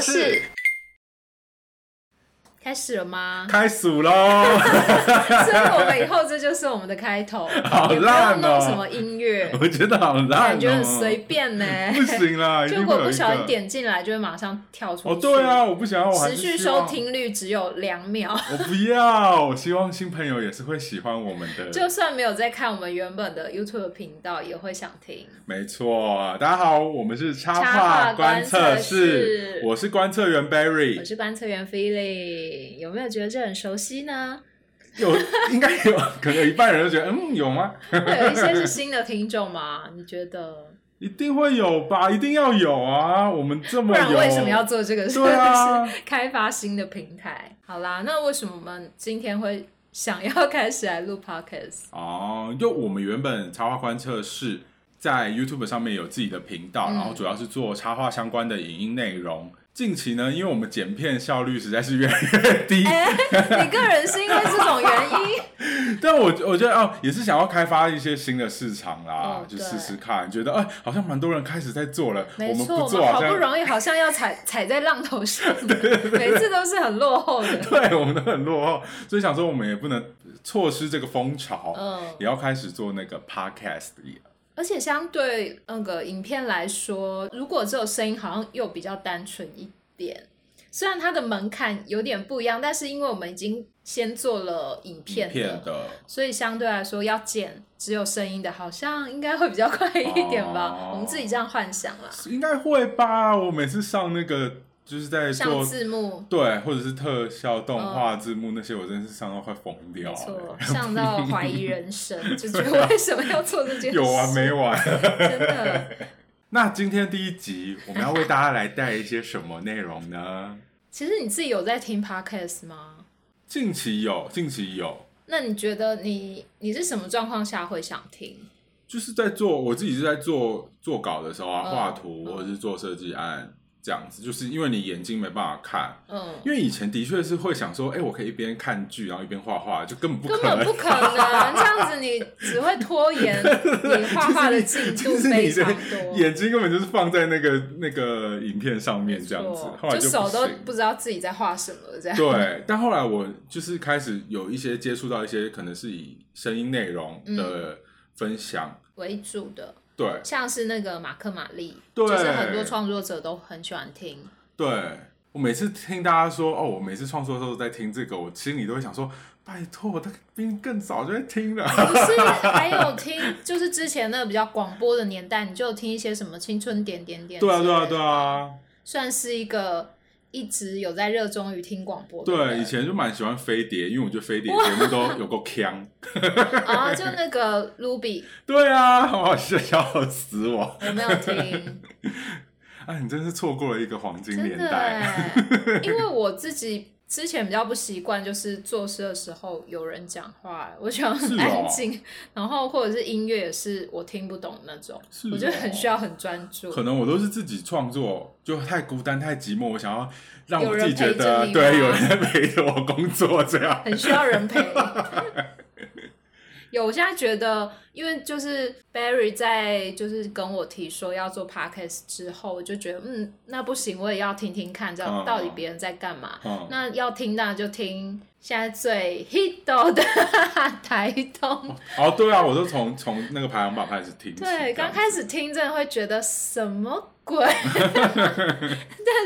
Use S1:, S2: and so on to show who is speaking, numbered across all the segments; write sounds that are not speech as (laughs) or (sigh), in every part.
S1: 事。开始
S2: (laughs)
S1: 了吗？
S2: 开数
S1: (laughs)
S2: 喽！
S1: 所以我们以后这就是我们的开头，
S2: (laughs) 好
S1: 也不
S2: 烂
S1: 用
S2: 哦
S1: 弄什么音乐，
S2: 我觉得 (laughs) 好烂、哦，
S1: 感觉很随便呢。
S2: (laughs) 不行
S1: (laughs)
S2: 啦，一
S1: 就
S2: 定
S1: 如
S2: 会有
S1: 果不
S2: 一
S1: 小
S2: 个
S1: 心点进来，就会马上跳出去。
S2: 哦，对啊，，我不想要，我还
S1: 持
S2: 是
S1: 续
S2: 希望
S1: 收，听率只有两秒。 (laughs)
S2: 我不要，我希望新朋友也是会喜欢我们的，
S1: 就算没有在看我们原本的 YouTube 频道，也会想听。
S2: 没错。啊大家好，我们是插
S1: 插画
S2: 画观
S1: 观
S2: 测
S1: 测
S2: 室
S1: 室，
S2: 我是观测员
S1: 我
S2: Barry，
S1: 是观测员 Feeling，有没有觉得这很熟悉呢？
S2: 有应该有，可能有一半人都觉得，嗯，有吗？
S1: 会有一些是新的听众吗？你觉得？
S2: 一定会有吧，一定要有啊！我们这
S1: 不
S2: 么
S1: 然
S2: 有，
S1: 为什么要做这个事？
S2: 对啊
S1: (laughs) 开发新的平台。好啦，那为什么我们今天会想要开始来录 Podcast？
S2: 哦，就我们原本插画观测室在 YouTube 上面有自己的频道，
S1: 嗯
S2: 然后主要是做插画相关的影音内容。近期呢，因为我们剪片效率实在是越来越低，
S1: 哎、你个人是因为这种原因？
S2: 但我我觉得哦，也是想要开发一些新的市场啦，
S1: 哦
S2: 就
S1: 对
S2: 试试看，觉得哎，好像蛮多人开始在做了，
S1: (laughs) 没
S2: 们
S1: 错，
S2: 不
S1: 我
S2: 做
S1: 们
S2: 好
S1: 好不
S2: 像。
S1: 容易好像要踩踩在浪头上，每次都是很落后的。
S2: (laughs) (laughs) 对，我们都很落后，所以想说我们也不能错失这个风潮，
S1: 嗯
S2: 也要开始做那个 podcast
S1: 而且相对那个影片来说，如果只有声音，好像又比较单纯一点。虽然它的门槛有点不一样，但是因为我们已经先做了影片
S2: 影
S1: 了，
S2: 片的，
S1: 所以相对来说要剪只有声音的，好像应该会比较快一点吧。
S2: 哦
S1: 我们自己这样幻想啦，
S2: 应该会吧？我每次上那个就是在
S1: 像
S2: 做哦
S1: 字幕，嗯
S2: 对，或者是特效、动画、字幕那些，我真是上到快疯掉
S1: 没
S2: 了欸
S1: 错，上到怀疑
S2: (laughs)
S1: 人生，就觉得为什么要做这件事？
S2: 啊有完没完？ (laughs)
S1: 真的。
S2: 那今天第一集，我们要为大家来带一些什么内容呢？ (laughs)
S1: 其实你自己有在听 podcast 吗？
S2: 近期有，近期有，
S1: 那你觉得你你是什么状况下会想听？
S2: 就是在做我自己是在做做稿的时候啊，
S1: 嗯
S2: 画图
S1: 嗯
S2: 或者是做设计案这样子，就是因为你眼睛没办法看。
S1: 嗯，
S2: 因为以前的确是会想说，哎、我可以一边看剧，然后一边画画，就根本不
S1: 根
S2: 可能
S1: 本。不可能，啊这样子你只会
S2: (laughs)
S1: 拖延你画画的进度
S2: 就是
S1: 非
S2: 你
S1: 常
S2: 的 (laughs)
S1: 多。
S2: 眼睛根本就是放在那个那个影片上面这样子，后来
S1: 就
S2: 不
S1: 手都
S2: 行。
S1: 不知道自己在画什么，这样。
S2: 对，但后来我就是开始有一些接触到一些可能是以声音内容
S1: 嗯
S2: 的分享，
S1: 为主的，
S2: 对
S1: 像是那个马克玛丽，
S2: 对
S1: 就是很多创作者都很喜欢
S2: (laughs)
S1: 听。
S2: 对。我每次听大家说哦，我每次创作的时候在听这个，我心里都会想说，拜托，他比你更早就在听了。
S1: (laughs) 不是，还有听，就是之前那个比较广播的年代，你就有听一些什么青春点点点。
S2: 对啊，对啊，对，啊，
S1: 算是一个一直有在热衷于听广播的人。
S2: 对，以前就蛮喜欢飞碟，因为我觉得飞碟节目都有够强。
S1: 啊，就那个 Ruby
S2: 对啊，好好笑，笑死我！
S1: 我没有听，
S2: 啊，你真是错过了一个黄金
S1: 真
S2: 年
S1: 的
S2: 代。
S1: 哎， (laughs) 因为我自己。之前比较不习惯，就是做事的时候有人讲话，我喜欢
S2: 是
S1: 很
S2: 哦
S1: 安静，然后或者是音乐也是我听不懂那种，
S2: 是哦
S1: 我就很需要很专注。
S2: 可能我都是自己创作，就太孤单、太寂寞，我想要让我
S1: 有
S2: 自
S1: 人
S2: 己觉
S1: 陪着
S2: 得，
S1: 你
S2: 对，
S1: 吗
S2: 有人陪着我工作这
S1: (laughs)
S2: 样。
S1: 很需要
S2: (laughs)
S1: 人陪。有，我现在觉得，因为就是 Barry 在就是跟我提说要做 podcast 之后，我就觉得，嗯，那不行，我也要听听看，
S2: 嗯
S1: 这样到底别人在干嘛。
S2: 嗯，
S1: 那要听那就听现在最 hit 的台东。
S2: 哦，对啊，我都从从那个排行榜开始听起。
S1: 对，刚
S2: 始
S1: 开始听真的会觉得什么鬼，
S2: (laughs)
S1: 但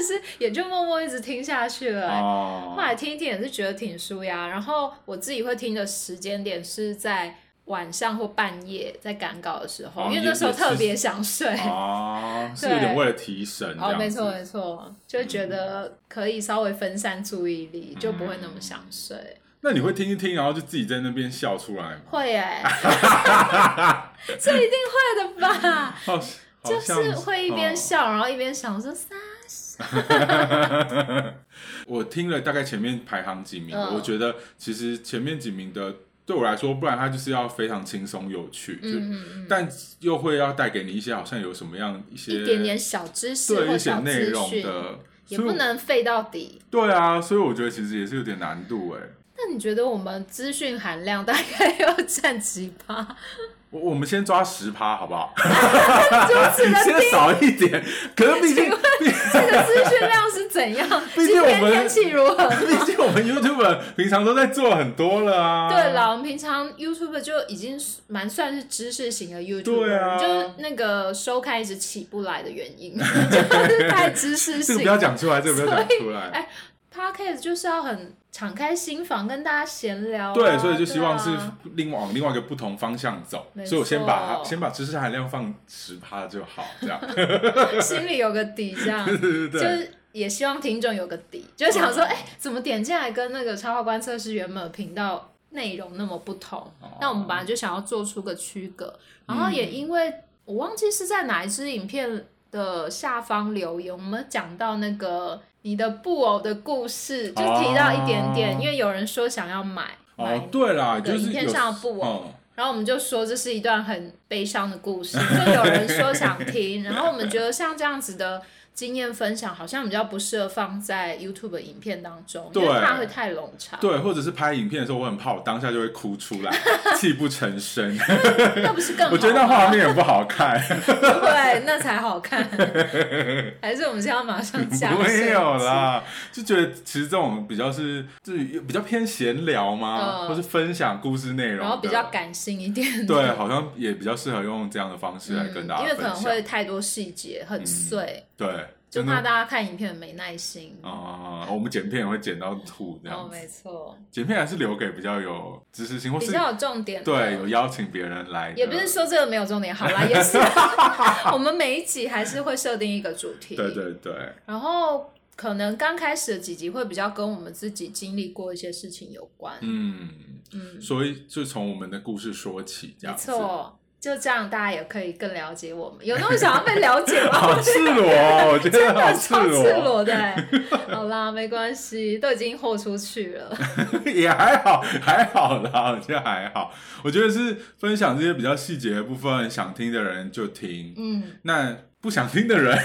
S1: 是也就默默一直听下去了、欸
S2: 哦
S1: 后，来听一听也是觉得挺舒压，然后我自己会听的时间点是在晚上或半夜，在赶稿的时候，
S2: 哦
S1: 因为那时候
S2: 也也
S1: 特别想睡。
S2: 哦，是
S1: 对
S2: 有点为了提神这
S1: 哦，
S2: 样
S1: 没错
S2: 子。嗯
S1: 没错，就觉得可以稍微分散注意力，就不会那么想睡。
S2: 那你会听一听，然后就自己在那边笑出来吗？ (laughs)
S1: 会哎、这一定会的吧？
S2: 好，好
S1: 就
S2: 像
S1: 是会一边
S2: 哦
S1: 笑，然后一边想说啥？
S2: 我听了大概前面排行几名，
S1: 嗯
S2: 我觉得其实前面几名的对我来说，不然它就是要非常轻松有趣，就
S1: 嗯嗯嗯，
S2: 但又会要带给你一些好像有什么样一些
S1: 一点点小知识
S2: 对
S1: 或
S2: 一些
S1: 小
S2: 内
S1: 资
S2: 容
S1: 讯，
S2: 的，
S1: 也
S2: 所以
S1: 不
S2: 我
S1: 能废到底。
S2: 对啊，所以我觉得其实也是有点难度哎。
S1: 那你觉得我们资讯含量大概要占几趴？
S2: 我我们先抓十趴好不
S1: (laughs)
S2: 好？
S1: 如此
S2: (laughs)
S1: 的
S2: 先少一点，可是毕竟
S1: (laughs) 请问这个资讯量是怎样？
S2: 毕
S1: 今
S2: 竟我们
S1: 天天气如何？
S2: 毕竟我们 YouTube 平常都在做很多了啊。
S1: 对啦，我们平常 YouTube 就已经是蛮算是知识型的 YouTube，
S2: 对啊
S1: 就是那个收看一直起不来的原
S2: (laughs)
S1: 因，就是太知识
S2: 这
S1: 型
S2: 个不。要讲出来，这个不要讲出来。
S1: 哎 Podcast 就是要很敞开心房跟大家闲聊啊、
S2: 对，所以就希望是
S1: 对啊
S2: 另往另外一个不同方向走，
S1: 没
S2: 所以我先把它
S1: 错
S2: 先把知识含量放十趴就好，这
S1: (laughs)
S2: 样。
S1: 啊心里有个底，
S2: (laughs)
S1: 这样
S2: 对对哦
S1: 就
S2: 对，
S1: 是也希望听众有个底，就想说，哎、怎么点进来跟那个插画观测师原本的频道内容那么不同？
S2: 哦嗯
S1: 那我们本来就想要做出个区隔，然后也因为我忘记是在哪一支影片的下方留言，我们讲到那个你的布偶的故事，就提到一点点，
S2: 哦
S1: 因为有人说想要买，买
S2: 哦，对啦，
S1: 对
S2: 就是
S1: 影片
S2: 有
S1: 上的布偶
S2: 嗯
S1: 然后我们就说这是一段很悲伤的
S2: (laughs)
S1: 故事，就有人说想听，然后我们觉得像这样子的经验分享，好像比较不适合放在 YouTube 影片当中，因为
S2: 对
S1: 怕会太冗长。
S2: 对，或者是拍影片的时候，我很怕我当下就会哭出
S1: (laughs)
S2: 来，泣不成声。
S1: 那不是更好吗？
S2: 我觉得那画面也不好看，
S1: (laughs) 对，那才
S2: (laughs)
S1: 好看。还是我们现在马上加摄影机
S2: 没有。啦，就觉得其实这种比较是，就是比较偏闲聊嘛，
S1: 嗯
S2: 或是分享故事内容的，
S1: 然后比较感性一点，
S2: 对，好像也比较适合用这样的方式来跟大
S1: 嗯
S2: 家
S1: 因为可
S2: 分
S1: 能
S2: 享。
S1: 会太多细节，很碎，
S2: 对，
S1: 就
S2: 真的
S1: 怕大家看影片没耐心。
S2: 啊、我们剪片也会剪到吐这
S1: 哦
S2: 样，子，
S1: 没错，
S2: 剪片还是留给比较有知识性或
S1: 比
S2: 是
S1: 较有重点的。
S2: 对有邀请别人来的，
S1: 也不是说这个没有重点，好啦，也
S2: (laughs)
S1: 是，我们每一集还是会设定一个主题，
S2: 对对对，
S1: 然后可能刚开始的几集会比较跟我们自己经历过一些事情有关，
S2: 嗯，
S1: 嗯，
S2: 所以就从我们的故事说起，这
S1: 没
S2: 样子。
S1: 错，就这样大家也可以更了解我们，有那么想要被了解吗？
S2: 好赤裸哦，我觉得
S1: (laughs) 真
S2: 好
S1: 的
S2: 赤
S1: 超
S2: 裸，哦
S1: 赤裸的欸、好啦，没关系，都已经豁出去了。
S2: 也还好，还好啦，我觉得还好。我觉得是分享这些比较细节的部分，想听的人就听，
S1: 嗯，
S2: 那不想听的人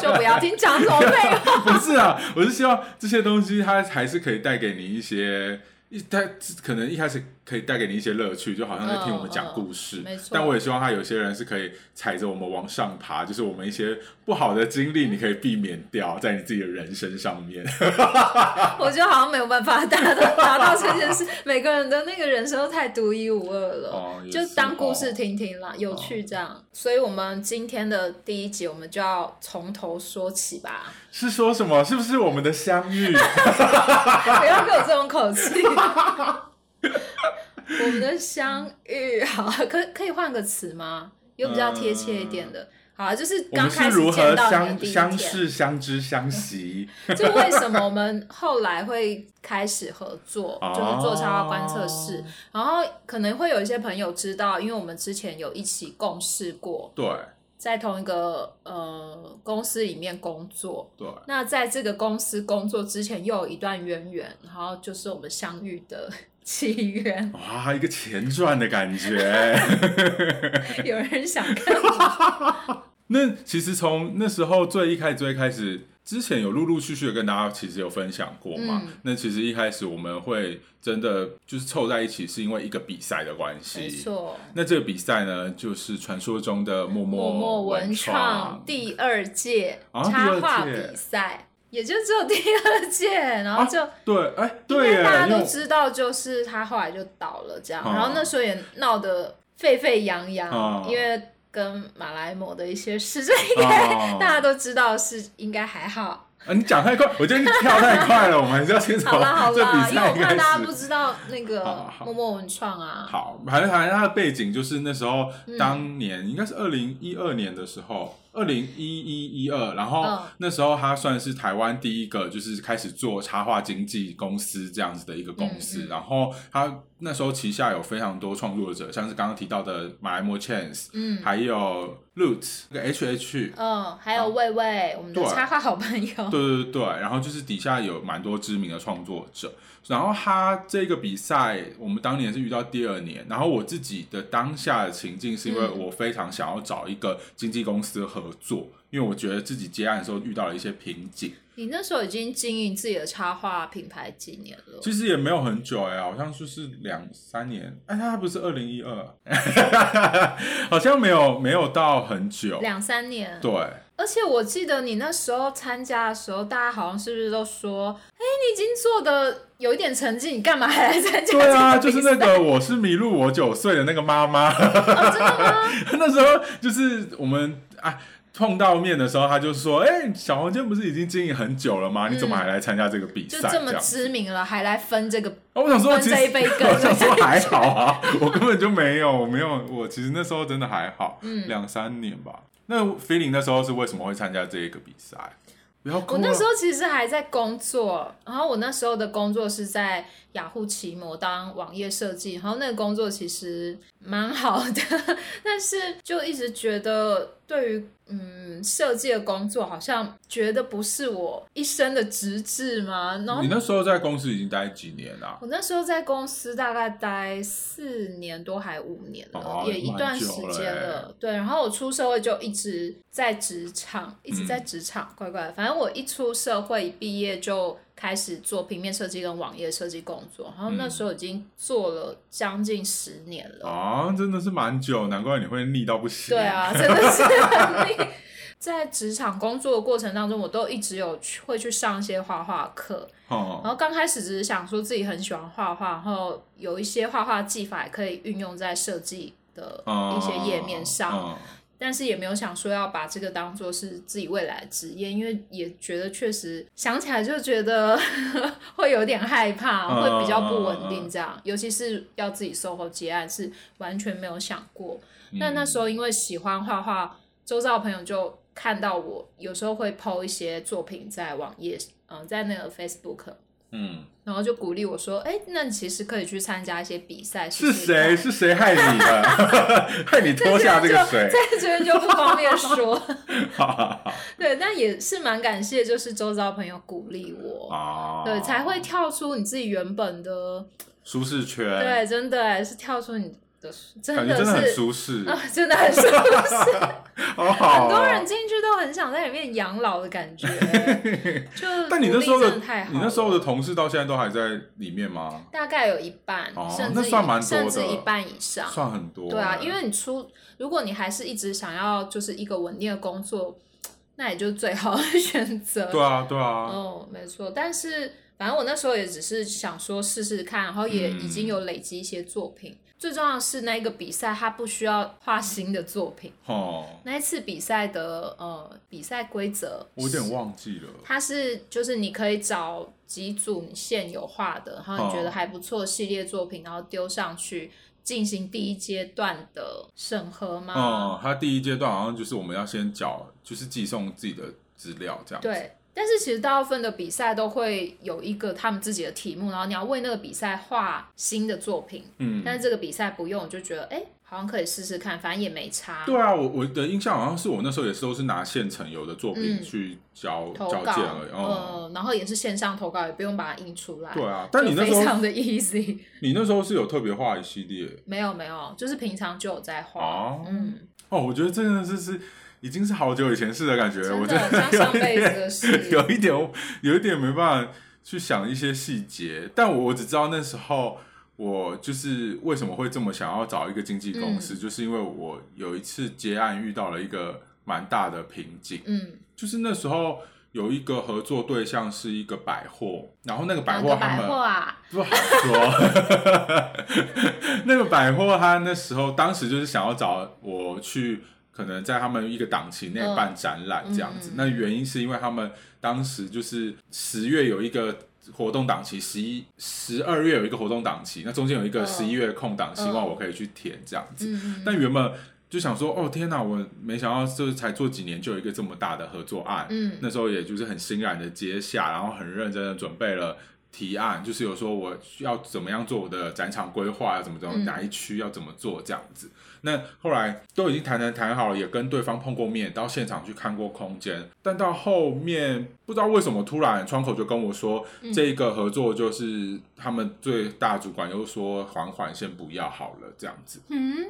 S1: 就不要听讲什么废话。
S2: (laughs) 不是啊，我是希望这些东西它还是可以带给你一些。一它可能一开始可以带给你一些乐趣，就好像在听我们讲故事，
S1: 嗯嗯没错
S2: 但我也希望他有些人是可以踩着我们往上爬，就是我们一些不好的经历，你可以避免掉在你自己的人生上
S1: (laughs)
S2: 面。
S1: (laughs) 我觉得好像没有办法达到达到这件事，每个人的那个人生都太独一无二了，
S2: 哦也
S1: 就是当故事听听啦，有趣这样。所以我们今天的第一集，我们就要从头说起
S2: (laughs)
S1: 吧，
S2: 是说什么？是不是我们的相
S1: (laughs)
S2: 遇？
S1: 不要给我这种口气。 (laughs) 我们的相遇，好，可可以换个词吗？有比较贴切一点的。
S2: 呃
S1: 好啊，就是
S2: 我
S1: 刚
S2: 们是
S1: 开始
S2: 如
S1: 见
S2: 何
S1: 到
S2: 相
S1: 你的第一
S2: 相
S1: 天，
S2: 识、相知、相惜？
S1: 就为什么我们后来会开始合作，
S2: (laughs) 哦
S1: (laughs) 就是做插画观测室，然后可能会有一些朋友知道，因为我们之前有一起共事过，
S2: 对
S1: 在同一个呃公司里面工作。
S2: 对，
S1: 那在这个公司工作之前，又有一段渊源，然后就是我们相遇的 (laughs) 起源。
S2: 哇，一个前传的感觉。
S1: 有人想
S2: (laughs)
S1: 看吗，
S2: 那其实从那时候最一开始、最一开始之前，有陆陆续续的跟大家其实有分享过嘛。
S1: 嗯
S2: 那其实一开始我们会真的就是凑在一起，是因为一个比赛的关
S1: 没
S2: 系。
S1: 错，
S2: 那这个比赛呢，就是传说中的默
S1: 默默文
S2: 创
S1: 创。第二届
S2: 啊
S1: 插画
S2: 第二届
S1: 比赛，也就只有第二届，然后就。
S2: 对，哎，对
S1: 因
S2: 耶，
S1: 为大家
S2: 因
S1: 都
S2: 为
S1: 知道，就是他后来就倒了这样，
S2: 哦
S1: 然后那时候也闹得沸沸扬扬，
S2: 哦
S1: 因为跟马来某的一些事， (laughs) 这
S2: 哦
S1: 应该 (laughs) 大家都知道是应该还好。
S2: (laughs) 啊你讲太快，我觉得你跳太快了，我们还是要先从
S1: 好啦好
S2: 这比
S1: 啦，因为
S2: 赛
S1: 我怕
S2: 开
S1: 大家
S2: 始
S1: 不。知道那
S2: 好
S1: 个
S2: 好
S1: 默默文创啊，
S2: 好，反正反正它的背景就是那时候，
S1: 嗯
S2: 当年、应该是二零一二年的时候，二零一一一二，然后
S1: 嗯
S2: 那时候它算是台湾第一个就是开始做插画经纪公司这样子的一个公司，
S1: 嗯嗯
S2: 然后它那时候旗下有非常多创作者，像是刚刚提到的马来摩 Chance，、
S1: 嗯
S2: 还有 Root 那个 H H。
S1: 嗯，还有魏魏，我们的
S2: 对
S1: 插画好朋友，
S2: 对对对对，然后就是底下有蛮多知名的创作者，然后他这个比赛我们当年是遇到第二年，然后我自己的当下的情境是因为
S1: 嗯
S2: 我非常想要找一个经纪公司合作，因为我觉得自己接案的时候遇到了一些瓶颈，
S1: 你那时候已经经营自己的插画品牌几年了，
S2: 其实也没有很久哎、好像就是两三年，哎，他不是二零 (laughs) 一二，好像没有没有到很久，
S1: 两三年，
S2: 对，
S1: 而且我记得你那时候参加的时候，大家好像是不是都说，哎、你已经做的有一点成绩，你干嘛还来 (laughs) 参加这
S2: 对啊，
S1: 比
S2: 就是那
S1: 赛
S2: 个我是迷路我九岁的那个妈妈，
S1: 哦，真的吗？
S2: (laughs) 那时候就是我们啊碰到面的时候，他就说：“哎、小黄间不是已经经营很久了吗？你怎么还来参加这个比
S1: 嗯就
S2: 赛？”
S1: 这么 (laughs)
S2: 样。
S1: 知名了，还来分这个
S2: 啊我想说，
S1: 分
S2: 其实
S1: 这一杯羹
S2: 我想
S1: (laughs)
S2: 说还好啊，我根本就没有，我没有，我其实那时候真的还好，
S1: 嗯
S2: 两三年吧。那菲林那时候是为什么会参加这一个比赛？不要哭啊
S1: 我
S2: 了
S1: 那时候其实还在工作，然后我那时候的工作是在雅虎奇摩当网页设计，然后那个工作其实蛮好的， (laughs) 但是就一直觉得对于嗯设计的工作好像觉得不是我一生的职志嘛，然后
S2: 你那时候在公司已经待几年啊啦、
S1: 我那时候在公司大概待四年多还五年了，
S2: 哦
S1: 也一段时
S2: 蛮久
S1: 间
S2: 了欸
S1: 了。对，然后我出社会就一直在职场，一直在
S2: 嗯
S1: 职场，乖乖。反正我一出社会一毕业就开始做平面设计跟网页设计工作，然后那
S2: 嗯
S1: 时候已经做了将近十年了。
S2: 啊，真的是蛮久，难怪你会腻到不行。
S1: 对，啊，真的是
S2: (laughs)
S1: 很累。在职场工作的过程当中，我都一直有去会去上一些画画课，
S2: 哦、
S1: 然后刚开始只是想说自己很喜欢画画，然后有一些画画技法也可以运用在设计的
S2: 嗯
S1: 一些页面上，
S2: 嗯
S1: 但是也没有想说要把这个当做是自己未来的职业，因为也觉得确实想起来就觉得 (laughs) 会有点害怕，
S2: 嗯
S1: 会比较不稳定这样，尤其是要自己售后结案是完全没有想过。
S2: 嗯
S1: 那那时候因为喜欢画画，周遭的朋友就看到我有时候会 PO 一些作品在网页，嗯、在那个 Facebook。
S2: 嗯，
S1: 然后就鼓励我说：“哎，那你其实可以去参加一些比赛。”
S2: 是谁？是谁害你
S1: (laughs)
S2: 的？害你拖下这个水？
S1: 在这边就不方便说。 (laughs)
S2: 哈哈 (laughs) 哈
S1: 对，但也是蛮感谢，就是周遭朋友鼓励我，
S2: 啊，
S1: 对，才会跳出你自己原本的，
S2: 舒适圈，，
S1: 对，真的欸是跳出你的，真
S2: 感觉
S1: 的
S2: 真的很
S1: 是
S2: 舒
S1: (laughs)
S2: 适，
S1: 啊，真的很舒适。
S2: (laughs) 好好哦。
S1: 很多人进去都很想在里面养老的感
S2: (laughs)
S1: 觉，就
S2: 但你
S1: 鼓
S2: 那
S1: 励
S2: 时候的
S1: 真太好
S2: 你那时候
S1: 了
S2: 的同事到现在都还在里面吗？
S1: 大概有一半，
S2: 哦
S1: 甚
S2: 那
S1: 至
S2: 算
S1: 一
S2: 蛮多
S1: 甚至
S2: 的
S1: 一半以上，
S2: 算很多欸，
S1: 对啊，因为你出，如果你还是一直想要就是一个稳定的工作，那也就是最好的 (laughs) 选择。
S2: 对啊对啊，
S1: 哦，没错。但是反正我那时候也只是想说试试看，然后也已
S2: 嗯
S1: 经有累积一些作品。最重要的是那个比赛，它不需要画新的作品。
S2: 哦，
S1: 那一次比赛的呃比赛规则，
S2: 我有点忘记了，
S1: 它是就是你可以找几组你现有画的，然后你觉得还不错的系列作品，然后丢上去进行第一阶段的审核吗？
S2: 嗯，他第一阶段好像就是我们要先缴，就是寄送自己的资料这样，，
S1: 对。但是其实大部分的比赛都会有一个他们自己的题目，然后你要为那个比赛画新的作品。
S2: 嗯，
S1: 但是这个比赛不用，我就觉得哎、诶好像可以试试看，反正也没差。
S2: 对啊，我我的印象好像是我那时候也是都是拿现成有的作品
S1: 嗯
S2: 去交、
S1: 投
S2: 交
S1: 稿
S2: 件而已。，哦、
S1: 呃，然后也是线上投稿，也不用把它印出来。
S2: 对啊，但你
S1: 就
S2: 那
S1: 非
S2: 时候
S1: 常的 easy。
S2: 你那时候是有特别画一系
S1: (laughs)
S2: 列
S1: 没有没有，就是平常就有在画。
S2: 哦
S1: 嗯，
S2: 哦，我觉得真的是是已经是好久以前事的感觉，
S1: 真
S2: 我
S1: 的
S2: 真
S1: 像上辈子
S2: 的
S1: 的
S2: (laughs) 。
S1: 事
S2: 有一点有一点有一点没办法去想一些细节，但我我只知道那时候。我就是为什么会这么想要找一个经纪公司，
S1: 嗯
S2: 就是因为我有一次接案遇到了一个蛮大的瓶颈，
S1: 嗯，
S2: 就是那时候有一个合作对象是一个百货，然后那个百
S1: 哪
S2: 货
S1: 个
S2: 他
S1: 百
S2: 们
S1: 货啊，
S2: 不好说， (laughs) 那个百货他那时候当时就是想要找我去。可能在他们一个档期内办展览这样子，
S1: 嗯嗯嗯
S2: 那原因是因为他们当时就是十月有一个活动档期，十一、十二月有一个活动档期，那中间有一个
S1: 嗯
S2: 十一月空档，希望
S1: 嗯
S2: 我可以去填这样子。
S1: 嗯，
S2: 但原本就想说，哦天哪，我没想到就是才做几年就有一个这么大的合作案，
S1: 嗯
S2: 那时候也就是很欣然的接下，然后很认真的准备了。提案就是有说我要怎么样做我的展场规划，要怎么怎么
S1: 嗯
S2: 哪一区要怎么做这样子。那后来都已经谈谈谈好了，也跟对方碰过面，到现场去看过空间，但到后面不知道为什么突然窗口就跟我说，
S1: 嗯
S2: 这一个合作就是他们最大主管又说缓缓先不要好了这样子。
S1: 嗯，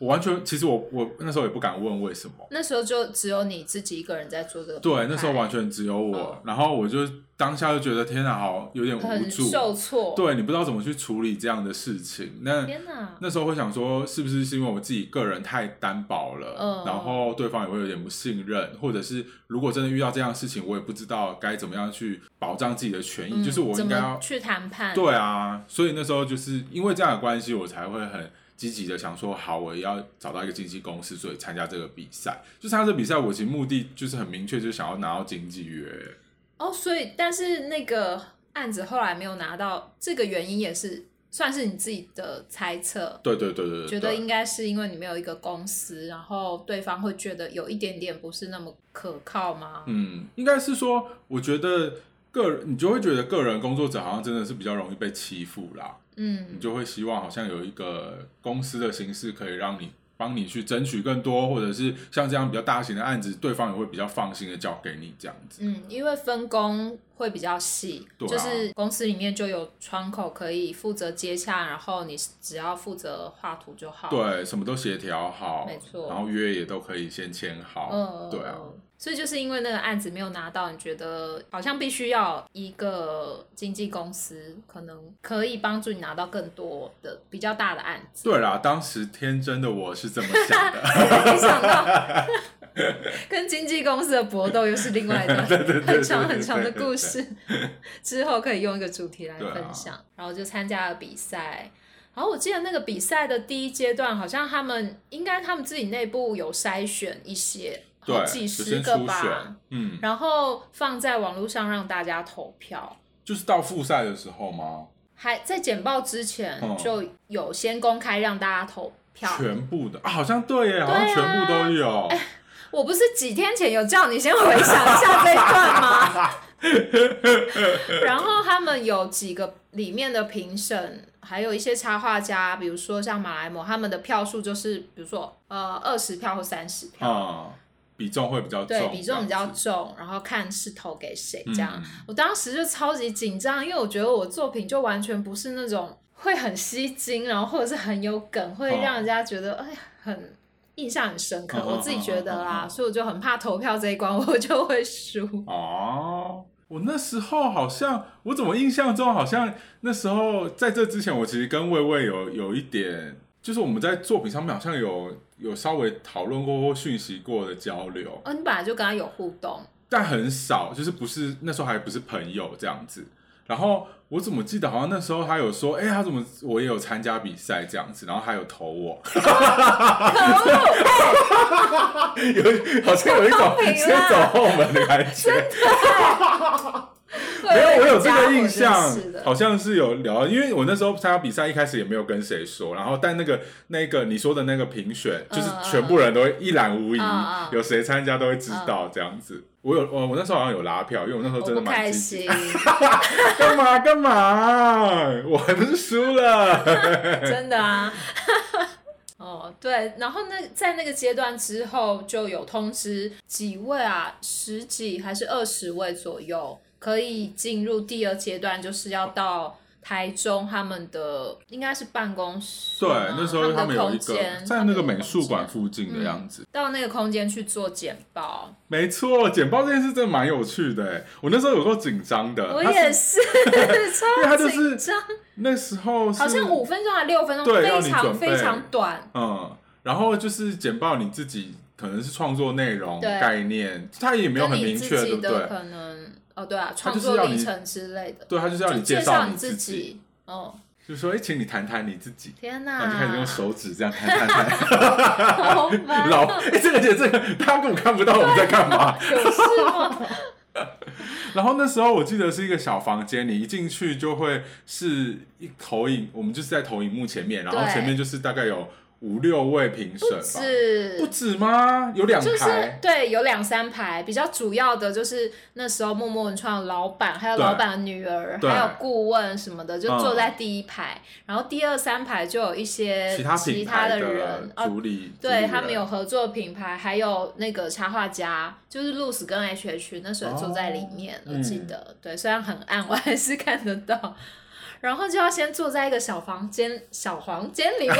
S2: 我完全，其实我我那时候也不敢问为什么。
S1: 那时候就只有你自己一个人在做这个，
S2: 对，那时候完全只有我，
S1: 哦
S2: 然后我就当下就觉得天哪，好有点无
S1: 很
S2: 助，
S1: 受挫。，
S2: 对你不知道怎么去处理这样的事情。那
S1: 天哪，
S2: 那时候会想说，是不是是因为我自己个人太单薄了，
S1: 嗯
S2: 然后对方也会有点不信任，或者是如果真的遇到这样的事情，我也不知道该怎么样去保障自己的权益，
S1: 嗯
S2: 就是我
S1: 怎
S2: 应该
S1: 么
S2: 要
S1: 去谈判？
S2: 对啊，所以那时候就是因为这样的关系，我才会很积极的想说，好，我也要找到一个经纪公司，所以参加这个比赛。就参加这个比赛，我其实目的就是很明确，就是想要拿到经纪约。
S1: 哦，所以但是那个案子后来没有拿到，这个原因也是算是你自己的猜测，
S2: 对对对对对，
S1: 觉得
S2: 呃对
S1: 应该是因为你没有一个公司，然后对方会觉得有一点点不是那么可靠吗？
S2: 嗯，应该是说，我觉得个人你就会觉得个人工作者好像真的是比较容易被欺负啦，你
S1: 嗯，
S2: 就会希望好像有一个公司的形式可以让你。帮你去争取更多，或者是像这样比较大型的案子，对方也会比较放心的交给你这样子。
S1: 嗯，因为分工会比较细，
S2: 对啊
S1: 就是公司里面就有窗口可以负责接洽，然后你只要负责画图就好。，
S2: 对，啊什么都协调好，
S1: 没错
S2: 然后约也都可以先签好，
S1: 嗯，
S2: 对啊，
S1: 所以就是因为那个案子没有拿到，你觉得好像必须要一个经纪公司，可能可以帮助你拿到更多的比较大的案子。
S2: 对啦，当时天真的我是这么想的，
S1: (laughs) 没想到跟经纪公司的搏斗又是另外一
S2: (laughs)
S1: 段
S2: 对对对对
S1: 很长很长的
S2: 对对对
S1: 故事，之后可以用一个主题来
S2: 对啊
S1: 分享。然后就参加了比赛，然后我记得那个比赛的第一阶段，好像他们应该他们自己内部有筛选一些好
S2: 对，
S1: 几
S2: 就
S1: 十
S2: 先
S1: 个
S2: 初
S1: 吧
S2: 选，，嗯，
S1: 然后放在网络上让大家投票。
S2: 就是到复赛的时候吗？
S1: 还在简报之前
S2: 嗯
S1: 就有先公开让大家投票，
S2: 全部的啊，好像对耶，好像
S1: 对啊哎
S2: 全部都有，
S1: (laughs) 我不是几天前有叫你先回想一下这一段吗？ (laughs) 然后他们有几个里面的评审，还有一些插画家，比如说像马来貘，他们的票数就是，比如说呃二十票或三十票，
S2: 啊、比重会比较重，
S1: 对比重比较
S2: 这样子
S1: 重，然后看是投给谁这样。
S2: 嗯
S1: 我当时就超级紧张，因为我觉得我作品就完全不是那种会很吸睛，然后或者是很有梗，会让人家觉得、哎很印象很深刻。
S2: 嗯嗯
S1: 我自己觉得啦，
S2: 嗯嗯嗯
S1: 所以我就很怕投票这一关 (laughs) 我就会输。
S2: 哦。我那时候好像，我怎么印象中好像那时候在这之前，我其实跟魏魏有有一点，就是我们在作品上面好像有有稍微讨论过或讯息过的交流，
S1: 哦，你本来就跟他有互动，
S2: 但很少，就是不是那时候还不是朋友这样子。然后我怎么记得好像那时候他有说，哎、他怎么我也有参加比赛这样子，然后他有投我，有好 (laughs) 像有一种
S1: 公平啦
S2: 先走后门的感觉。
S1: 没
S2: 没有，我有这个印象哦
S1: 是，的。
S2: 好像是有聊，因为我那时候参加比赛，一开始也没有跟谁说，然后但那个那个你说的那个评选，
S1: 嗯
S2: 就是全部人都会一览无遗
S1: 嗯嗯，
S2: 有谁参加都会知道这样子。我有我我那时候好像有拉票，因为我那时候
S1: 我
S2: 真
S1: 不
S2: 的蛮
S1: 开
S2: 积极 (laughs)
S1: 心
S2: 的，，干嘛干嘛，我还不是输了。
S1: (laughs) 真的啊。哦，对，然后那在那个阶段之后，就有通知几位啊，十几还是二十位左右，可以进入第二阶段，就是要到台中他们的应该是办公室
S2: 对
S1: 吗，，
S2: 那时候
S1: 他
S2: 他
S1: 们
S2: 们
S1: 的
S2: 有一
S1: 空
S2: 个
S1: 间
S2: 在
S1: 他们
S2: 那
S1: 的
S2: 个美
S1: 空
S2: 术馆
S1: 间
S2: 附近的
S1: 嗯
S2: 样子，
S1: 到那个空间去做简报，
S2: 没错，简报这件事真的蛮有趣的欸。我那时候有够紧张的，
S1: 我
S2: 它
S1: 也是
S2: 呃因
S1: (laughs)
S2: 为他
S1: 超
S2: 就
S1: 紧
S2: 是
S1: 张，
S2: 那时候是
S1: 好像五分钟还六分钟，
S2: 对要
S1: 非
S2: 你
S1: 常
S2: 准备
S1: 非常短，
S2: 嗯，然后就是简报你自己可能是创作内容
S1: 对
S2: 概念，它也没有
S1: 跟
S2: 很
S1: 你
S2: 明
S1: 自
S2: 确，对
S1: 己
S2: 不
S1: 的
S2: 对？
S1: 可能哦，对啊，
S2: 他
S1: 创
S2: 就是
S1: 作
S2: 要
S1: 历
S2: 你
S1: 程之类的。
S2: 对，它就是要
S1: 就
S2: 你介
S1: 绍
S2: 你
S1: 自
S2: 己，。
S1: 哦，
S2: 就说哎，诶请你谈谈你自己， (laughs)
S1: 天
S2: 然
S1: 哪！Oh
S2: 后就开始用
S1: (laughs)
S2: 手指这样弹弹弹，
S1: 好
S2: (laughs)
S1: (laughs) 烦
S2: 老哎，这个姐这个大家根本看不到我们在干嘛。 (laughs)
S1: 有事吗？
S2: 然后那时候我记得是一个小房间，你一进去就会是一投影，我们就是在投影幕前面，然后
S1: 对
S2: 前面就是大概有五六位评审吧，不
S1: 是，
S2: 止吗？有两
S1: 就是
S2: 排，
S1: 对，有两三排，比较主要的就是那时候默默文创的老板，还有
S2: 对
S1: 老板的女儿，
S2: 对
S1: 还有顾问什么的，就
S2: 嗯
S1: 坐在第一排，然后第二三排就有一些
S2: 其他
S1: 其
S2: 品
S1: 他
S2: 牌
S1: 的人哦。
S2: 主理，主
S1: 对
S2: 理
S1: 他们
S2: 人
S1: 有合作的品牌，还有那个插画家，就是 Luce 跟 HH 那时候也坐在里面，
S2: 哦
S1: 我记得。对，虽然很暗，我还是看得到。然后就要先坐在一个小房间、小房间里面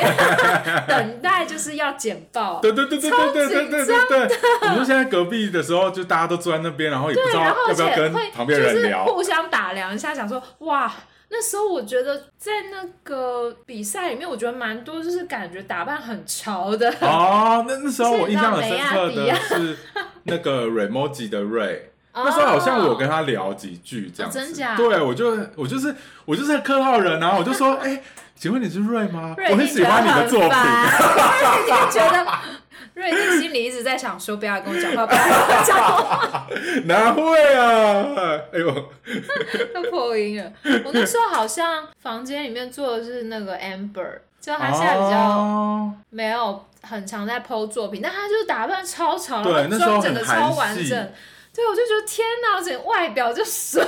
S1: 等待，就是要简报。
S2: (laughs) 对对对对对对对对
S1: 超
S2: 对对，我们就现在隔壁的时候，就大家都坐在那边，然后也不知道
S1: 然后
S2: 要
S1: 而
S2: 不要
S1: 且
S2: 跟
S1: 会
S2: 旁边
S1: 就
S2: 人
S1: 是
S2: 聊。
S1: 互相打量一下，想说哇，那时候我觉得在那个比赛里面，我觉得蛮多就是感觉打扮很潮的。
S2: 哦，那那时候我印象很深刻
S1: (laughs) 所以你知道
S2: 的
S1: 梅亚
S2: 是那个 Remoji 的
S1: (laughs)
S2: Ray，那时候好像我跟他聊几句这样子，
S1: 哦哦真假
S2: 对我就我就是我就是个客套人啊，我就
S1: (laughs)
S2: 说，哎、请问你是瑞吗？
S1: 瑞
S2: 我很喜欢你的作品，
S1: 瑞定觉得。 (laughs) 瑞定心里一直在想说，不要跟我讲话，不要跟我讲话， (laughs)
S2: 哪会啊？哎呦，
S1: 都破音了。我那时候好像房间里面坐的是那个 Amber，就她现在比较
S2: 哦 (laughs)
S1: 没有很常在 PO 作品，但她就打扮超潮，
S2: 对
S1: 然后
S2: 那时候
S1: 妆整个
S2: 很韩
S1: 超完
S2: 系
S1: 整。对，我就觉得天哪，我整个外表就 (laughs) 熟，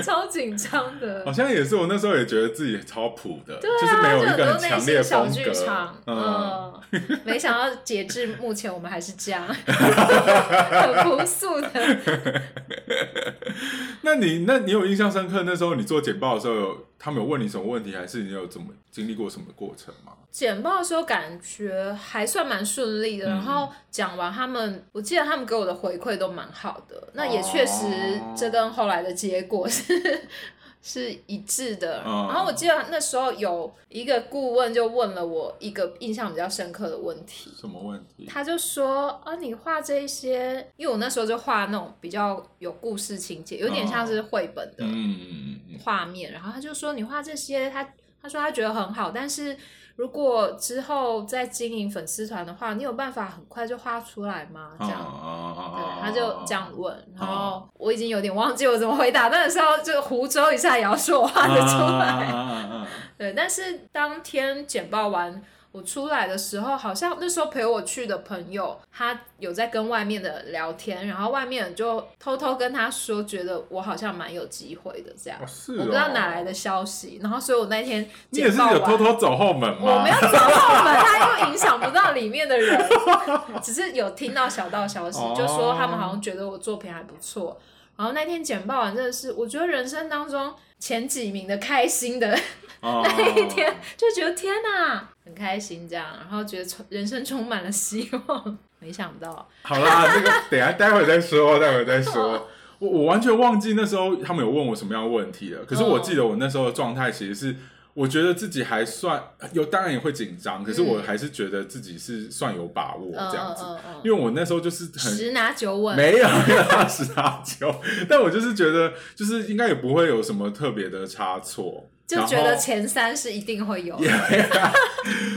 S1: 超紧张
S2: (laughs)
S1: 的
S2: 好。像也是，我那时候也觉得自己超普的，
S1: 对啊
S2: 就是没有一
S1: 就
S2: 个
S1: 很
S2: 很
S1: 多内
S2: 强烈
S1: 心
S2: 的
S1: 小
S2: 风
S1: 剧
S2: 格
S1: 场，，
S2: 嗯，
S1: 嗯，没想到截至目前我们还是
S2: (laughs)
S1: 这样，很朴素的。
S2: 那你那你有印象深刻？那时候你做简报的时候有，他们有问你什么问题，还是你有怎么经历过什么过程吗？
S1: 简报的时候感觉还算蛮顺利的，
S2: 嗯
S1: 然后讲完他们，我记得他们给我的回馈都蛮好的，那也确实
S2: 哦
S1: 这跟后来的结果是是一致的。
S2: 嗯
S1: 然后我记得那时候有一个顾问就问了我一个印象比较深刻的问题，
S2: 什么问题？
S1: 他就说啊，你画这一些，因为我那时候就画那种比较有故事情节，有点像是绘本的
S2: 嗯嗯嗯
S1: 画面。然后他就说你画这些，他他说他觉得很好，但是如果之后再经营粉丝团的话，你有办法很快就画出来吗？这
S2: 嗯，
S1: 样。对
S2: 啊，
S1: 他就这样问，然后我已经有点忘记我怎么回答，那个时候就胡诌一下也要说我画
S2: 啊
S1: 得出来。
S2: 来。
S1: 对，但是当天简报完我出来的时候，好像那时候陪我去的朋友，他有在跟外面的聊天，然后外面人就偷偷跟他说，觉得我好像蛮有机会的这样。
S2: 哦是
S1: 我不知道哪来的消息，然后所以我那天
S2: 你也
S1: 简
S2: 是
S1: 报完，
S2: 有偷偷走后门吗？
S1: 我没有走后
S2: (laughs)
S1: 门，他又影响不到里面的人，只是有听到小道消息
S2: 哦，
S1: 就说他们好像觉得我作品还不错。然后那天简报完，真的是我觉得人生当中前几名的开心的
S2: 哦
S1: (laughs) 那一天，就觉得天哪，很开心这样，然后觉得充人生充满了希望。没想 (laughs) 到，
S2: 好啦，这个等一下待会再说，待会再说。我我完全忘记那时候他们有问我什么样的问题了，可是我记得我那时候的状态其实是，我觉得自己还算有，当然也会紧张，可是我还是觉得自己是算有把握
S1: 嗯
S2: 这样子，
S1: 嗯嗯嗯
S2: 因为我那时候就是很
S1: 十拿九稳，
S2: 没有 (laughs) 没有到十拿九，但我就是觉得，就是应该也不会有什么特别的差错，
S1: 就
S2: 然
S1: 觉得
S2: 后
S1: 前三是一定会有的。
S2: 也没有啦，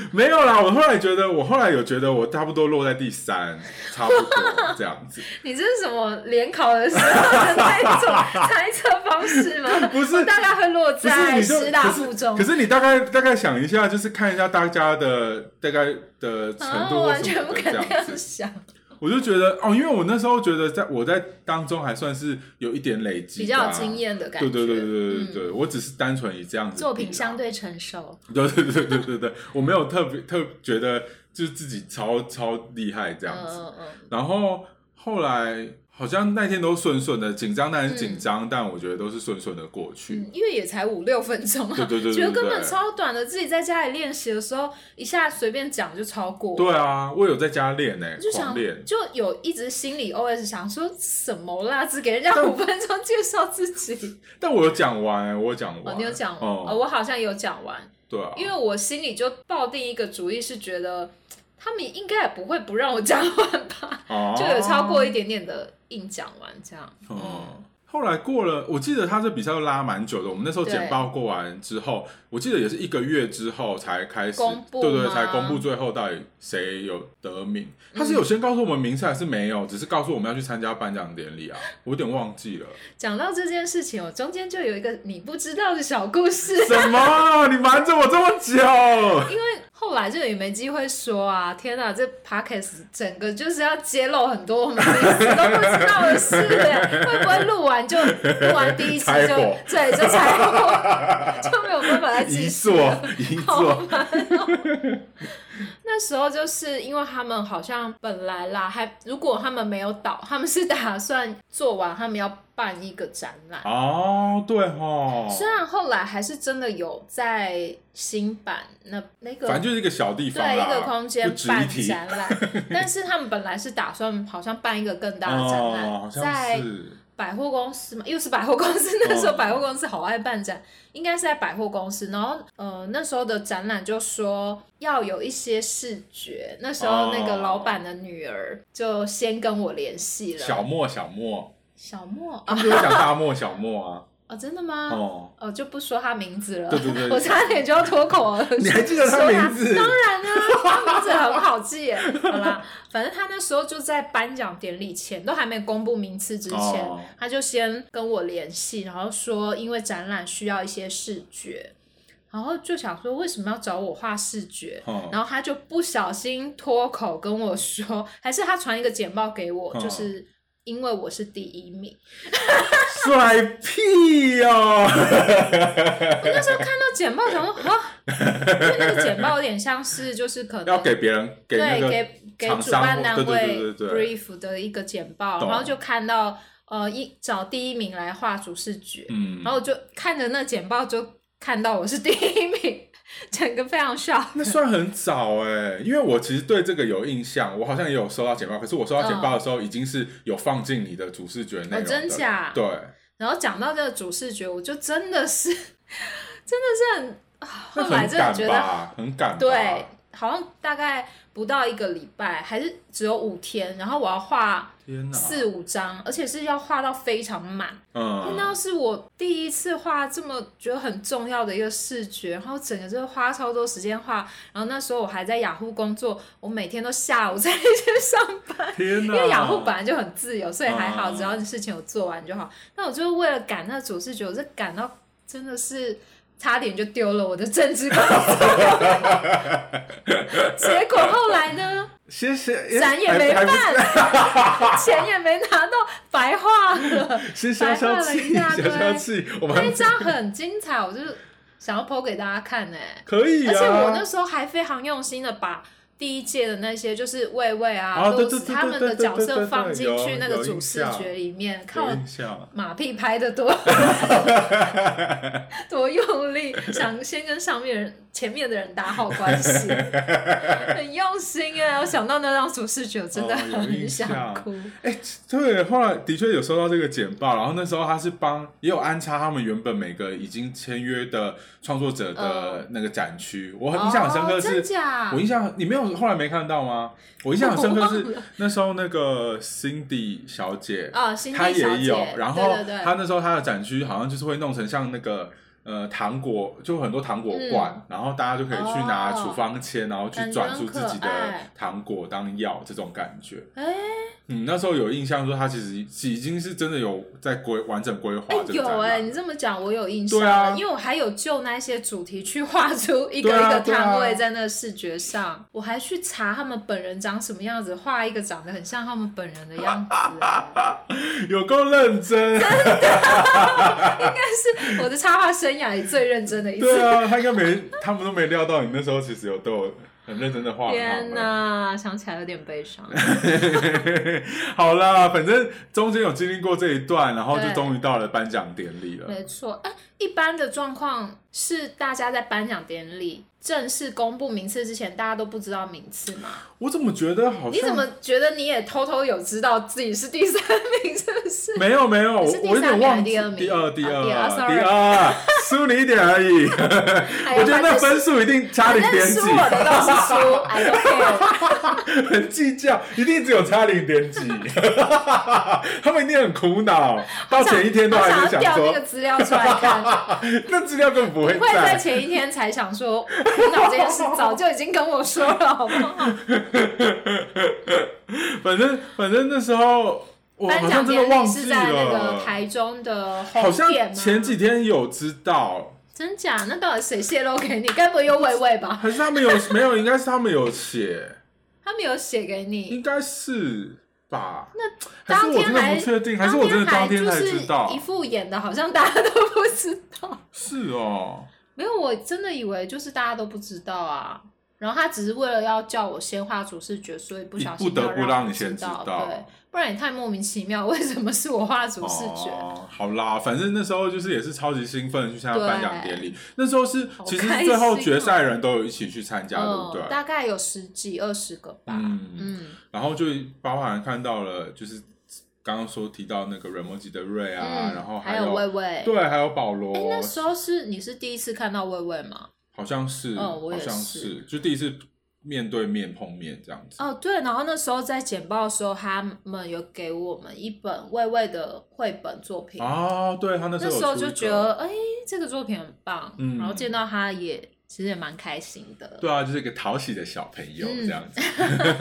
S2: (laughs) 没有啦。我后来觉得，我后来有觉得我差不多落在第三，差不多这样子。
S1: 你这是什么联考的时候的那
S2: (laughs)
S1: 种猜测方式吗？
S2: 不是
S1: 我大概会落
S2: 不是
S1: 在
S2: 你就
S1: 师大
S2: 可
S1: 附
S2: 是
S1: 中
S2: 可。是你大概大概想一下，就是看一下大家的大概的程
S1: 啊，
S2: 度
S1: 我
S2: 或
S1: 完
S2: 什
S1: 全
S2: 么
S1: 不
S2: 的
S1: 敢
S2: 这
S1: 那
S2: 样子
S1: 样，想，
S2: 我就觉得哦，因为我那时候觉得在我在当中还算是有一点累积、
S1: 比较有经。验的感
S2: 对
S1: 觉。
S2: 对对对对对
S1: 嗯
S2: 对，我只是单纯以这样子
S1: 作
S2: 比
S1: 品
S2: 啦
S1: 相对成熟，
S2: 对对对对对对，我没有特别特觉得就是自己超超厉害这
S1: 嗯
S2: 样子。
S1: 嗯嗯，
S2: 然后后来好像那天都顺顺的，紧张当然是紧张，但我觉得都是顺顺的过去。
S1: 嗯因为也才五六分钟啊，
S2: 对对对对对
S1: 觉得根本
S2: 对
S1: 超短的。自己在家里练习的时候，一下随便讲就超过。
S2: 对啊，我有在家练呢、
S1: 就
S2: 狂
S1: 想
S2: 练。
S1: 就有一直心里 OS 想说什么啦，只给人家
S2: 但
S1: 五分钟介绍自己。
S2: (laughs) 但我有讲完、欸，我有讲
S1: 哦
S2: 完，，
S1: 你有讲
S2: 哦、
S1: 哦，我好像有讲完，
S2: 对啊，
S1: 因为我心里就抱定一个主意，是觉得他们应该也不会不让我讲完吧，
S2: 哦
S1: 就有超过一点点的硬讲完这样。
S2: 哦，后来过了，我记得他这比赛都拉蛮久的。我们那时候
S1: 对
S2: 简报过完之后，我记得也是一个月之后才开始，
S1: 公布
S2: 对对，
S1: 吗
S2: 才公布最后到底谁有得名。他是有先告诉我们名次还是没有？只是告诉我们要去参加颁奖典礼啊，我有点忘记
S1: (laughs)
S2: 了。
S1: 讲到这件事情，我中间就有一个你不知道的小故事，
S2: 什么？你瞒着我这么
S1: (laughs)
S2: 久？
S1: 因为后来就也没机会说啊。天哪，这 podcast 整个就是要揭露很多我们彼此都不知道的事，
S2: (laughs)
S1: 会不会录完就录完第一期
S2: 拆
S1: 就
S2: 伙
S1: 对就才 (laughs) 火，就没有办法再继
S2: 一
S1: 续
S2: 座一座，
S1: 哦 (laughs) 那时候就是因为他们好像本来啦，还如果他们没有倒，他们是打算做完，他们要办一个展览。
S2: 哦，对哦，
S1: (laughs) 虽然后来还是真的有在新版那那个，
S2: 反正就是一个小地方
S1: 对
S2: 啦
S1: 一个空间
S2: 不值一
S1: 办
S2: 提。(laughs)
S1: 展览，但是他们本来是打算好像办一个更大的展览，
S2: 哦，好像
S1: 在
S2: 是
S1: 百货公司嘛，又是百货公司。 (laughs) 那时候
S2: 哦
S1: 百货公司好爱办展，应该是在百货公司。然后呃，那时候的展览就说要有一些视觉。那时候那个
S2: 哦
S1: 老板的女儿就先跟我联系了，
S2: 小莫，小莫，
S1: 小莫
S2: 他
S1: 啊，
S2: 们就会讲大莫，小莫
S1: (laughs)
S2: 啊。
S1: 哦，真的吗？
S2: 哦，
S1: 哦，就不说他名字了，
S2: 对对对
S1: (laughs) 我差点就要脱口而
S2: (laughs)
S1: 出。
S2: 你还记得他
S1: 说
S2: 名字
S1: 当然啊，他名字很好
S2: (laughs)
S1: 记耶。好啦，反正他那时候就在颁奖典礼前，都还没公布名次之前，
S2: 哦
S1: 他就先跟我联系，然后说因为展览需要一些视觉，然后就想说为什么要找我画视觉？
S2: 哦
S1: 然后他就不小心脱口跟我说， (laughs) 还是他传一个简报给我，
S2: 哦
S1: 就是因为我是第一名。
S2: 帅屁哦！ (laughs)
S1: 我那时候看到简报，想说啊，因为那个简报有点像是就是可
S2: (laughs)
S1: 能
S2: 要给别人给那
S1: 对
S2: 个
S1: 给给
S2: 厂
S1: 主
S2: 商
S1: 办
S2: 或
S1: 单
S2: 对对
S1: 位
S2: 对对对
S1: brief 的一个简报，
S2: 懂
S1: 然后就看到呃一找第一名来画主视觉，
S2: 嗯，
S1: 然后我就看着那简报就看到我是第一名，整个非常 shock。
S2: 那算很早哎、因为我其实对这个有印象，我好像也有收到简报，可是我收到简报的时候已经是有放进你的主视觉内容的、
S1: 哦真假
S2: 对，
S1: 然后讲到这个主视觉，我就真的
S2: (laughs)
S1: 是真的是很啊
S2: 那
S1: 后来
S2: 很
S1: 真的
S2: 赶
S1: 觉得
S2: 吧，很赶吧。
S1: 对，好像大概不到一个礼拜，还是只有五天，然后我要画
S2: 天哪，
S1: 四五张，而且是要画到非常满。因为
S2: 嗯，
S1: 那是我第一次画这么觉得很重要的一个视觉，然后整个就是花超多时间画。然后那时候我还在雅虎工作，我每天都下午才去上班。
S2: 天
S1: 因
S2: 哪，
S1: 为雅虎本来就很自由，所以还好，
S2: 啊嗯
S1: 只要你事情有做完就好。那我就是为了赶那主视觉，我是赶到真的是差点就丢了我的政治工作。结果后来呢，
S2: 谢谢，
S1: 展也
S2: 还
S1: 没
S2: 哎还不 (laughs)
S1: 办，钱也没拿到，白画了。
S2: 先消消气，
S1: 白画了
S2: (laughs) 消
S1: 一大堆
S2: 消气，我
S1: 那一
S2: 们
S1: 张很精彩，我就是想要剖给大家看呢、欸
S2: 可以啊。
S1: 而且我那时候还非常用心的把第一届的那些就是魏魏啊、
S2: 啊对
S1: Rose
S2: 对对
S1: 他们的
S2: 对对
S1: 角
S2: 对对
S1: 色
S2: 对
S1: 放进去
S2: 有
S1: 那个
S2: 有
S1: 主
S2: 印
S1: 视
S2: 象
S1: 觉里面，看
S2: 有
S1: 我
S2: 印象，
S1: 马屁拍
S2: (laughs)
S1: 的多多用力，想先跟上面人前面的人打好关
S2: (laughs)
S1: 系，很用心哎、我想到那张主视觉，我真的
S2: 哦有
S1: 很
S2: 印
S1: 想
S2: 象
S1: 哭。
S2: 哎、对，后来的确有收到这个简报，然后那时候他是帮也有安插他们原本每个已经签约的创作者的那个展区，我很印象很深刻
S1: 嗯哦、真
S2: 是。
S1: 假
S2: 我？印象你没有后来没看到吗？我印象很深刻
S1: 我忘
S2: 是
S1: 了
S2: 那时候那个 Cindy 小姐
S1: 啊，Cindy
S2: 她
S1: 小姐
S2: 也有，然后
S1: 对对对
S2: 她那时候她的展区好像就是会弄成像那个呃糖果，就很多糖果罐，然后大家就可以去拿
S1: 嗯哦
S2: 处方签，然后去
S1: 感觉
S2: 转
S1: 很
S2: 出自
S1: 可
S2: 己的
S1: 爱
S2: 糖果当药这种感觉。
S1: 哎、
S2: 嗯，那时候有印象说他其实已经是真的有在规完整规划
S1: 哎、
S2: 这个
S1: 有
S2: 展
S1: 哎、
S2: 览。
S1: 你这么讲，我有印象
S2: 对啊
S1: 了因为我还有就那些主题去画出一个
S2: 对
S1: 一
S2: 啊
S1: 个
S2: 对啊
S1: 摊位在那个视觉上，我还去查他们本人长什么样子，画一个长得很像他们本人的样子、哎
S2: 有够认真，
S1: 应该是我的插画生涯里最认真的一
S2: 对
S1: 次。
S2: 啊，他应该没，他们都没料到你那时候其实有都有很认真的画。
S1: 天哪，想起来有点
S2: (laughs)
S1: 悲伤。
S2: 好啦，反正中间有经历过这一段，然后就
S1: 对
S2: 终于到了颁奖典礼了。
S1: 没错，哎、一般的状况是大家在颁奖典礼正式公布名次之前，大家都不知道名次吗？
S2: 我怎么觉得好像
S1: 你怎么觉得你也偷偷有知道自己是第三名，是不 (laughs) 是？
S2: 没有没有，我
S1: 你是第
S2: 我有点
S1: 三名还是
S2: 忘
S1: 第
S2: 记
S1: 二名
S2: 第二第
S1: 啊
S2: 二
S1: 第二，sorry
S2: 第二，输你一点而已。
S1: 哎呀
S2: 我觉得
S1: 反正
S2: 那分数一定差零
S1: 哎反
S2: 点
S1: 正
S2: 几
S1: 输，我的都是
S2: (laughs)
S1: 输，I don't care。
S2: 很计较，一定只有差零点几， (laughs) 他们一定很苦恼，到前一天都还
S1: 我
S2: 在
S1: 想要调
S2: 说
S1: 那个，资料出来
S2: (laughs)
S1: 看，
S2: 那资料根本不会
S1: 不会在
S2: 在。
S1: 前一天才想说，苦恼这件事早就已经跟我说了，好不好？
S2: 反正反正那时候 (laughs) 我好
S1: 颁
S2: 像
S1: 奖
S2: 真的
S1: 典
S2: 忘
S1: 礼
S2: 记
S1: 是在那
S2: 了
S1: 个，台中的红
S2: 好
S1: 点
S2: 像
S1: 吗？
S2: 前几天有知道，
S1: 真假？那到底谁泄露给你？该不会又魏魏吧？
S2: 还是他们有 (laughs) 没有？应该是他们有写，
S1: 他没有写给你。
S2: 应该是吧？那还是
S1: 当
S2: 我
S1: 天
S2: 真的
S1: 还
S2: 不确定，还是我真的当天
S1: 就
S2: 才
S1: 是
S2: 知道
S1: 一？副演的，好像大家都不知道。
S2: 是哦，
S1: 没有，我真的以为就是大家都不知道啊。然后他只是为了要叫我先画主视觉，所以不小心
S2: 不得
S1: 要
S2: 不让
S1: 让
S2: 你先
S1: 知道，
S2: 知道
S1: 对，不然也太莫名其妙，为 (laughs) 什么是我画主视觉？
S2: 哦，好啦，反正那时候就是也是超级兴奋去参加
S1: 对
S2: 颁奖典礼。那时候是
S1: 好
S2: 其实
S1: 开
S2: 是最后
S1: 心
S2: 决
S1: 哦
S2: 赛人都有一起去参加，对不
S1: 嗯，
S2: 对？
S1: 大概有十几二十个吧。
S2: 嗯，
S1: 嗯
S2: 然后就包含看到了，就是刚刚说提到那个 Ramoji 的瑞啊，
S1: 嗯
S2: 然后
S1: 还
S2: 有
S1: 魏魏，
S2: 对，还有保罗，
S1: 哎，那时候是你是第一次看到魏魏吗？
S2: 好像是，
S1: 哦我
S2: 好
S1: 也
S2: 像
S1: 是
S2: 是，就第一次面对面碰面这样子。
S1: 哦，对，然后那时候在简报的时候，他们有给我们一本魏魏的绘本作品，
S2: 哦，对他那时
S1: 那
S2: 候有
S1: 时候
S2: 出
S1: 就
S2: 一个
S1: 觉得，哎，这个作品很棒，
S2: 嗯
S1: 然后见到他也其实也蛮开心的。
S2: 对啊，就是一个讨喜的小朋友
S1: 嗯
S2: 这样子。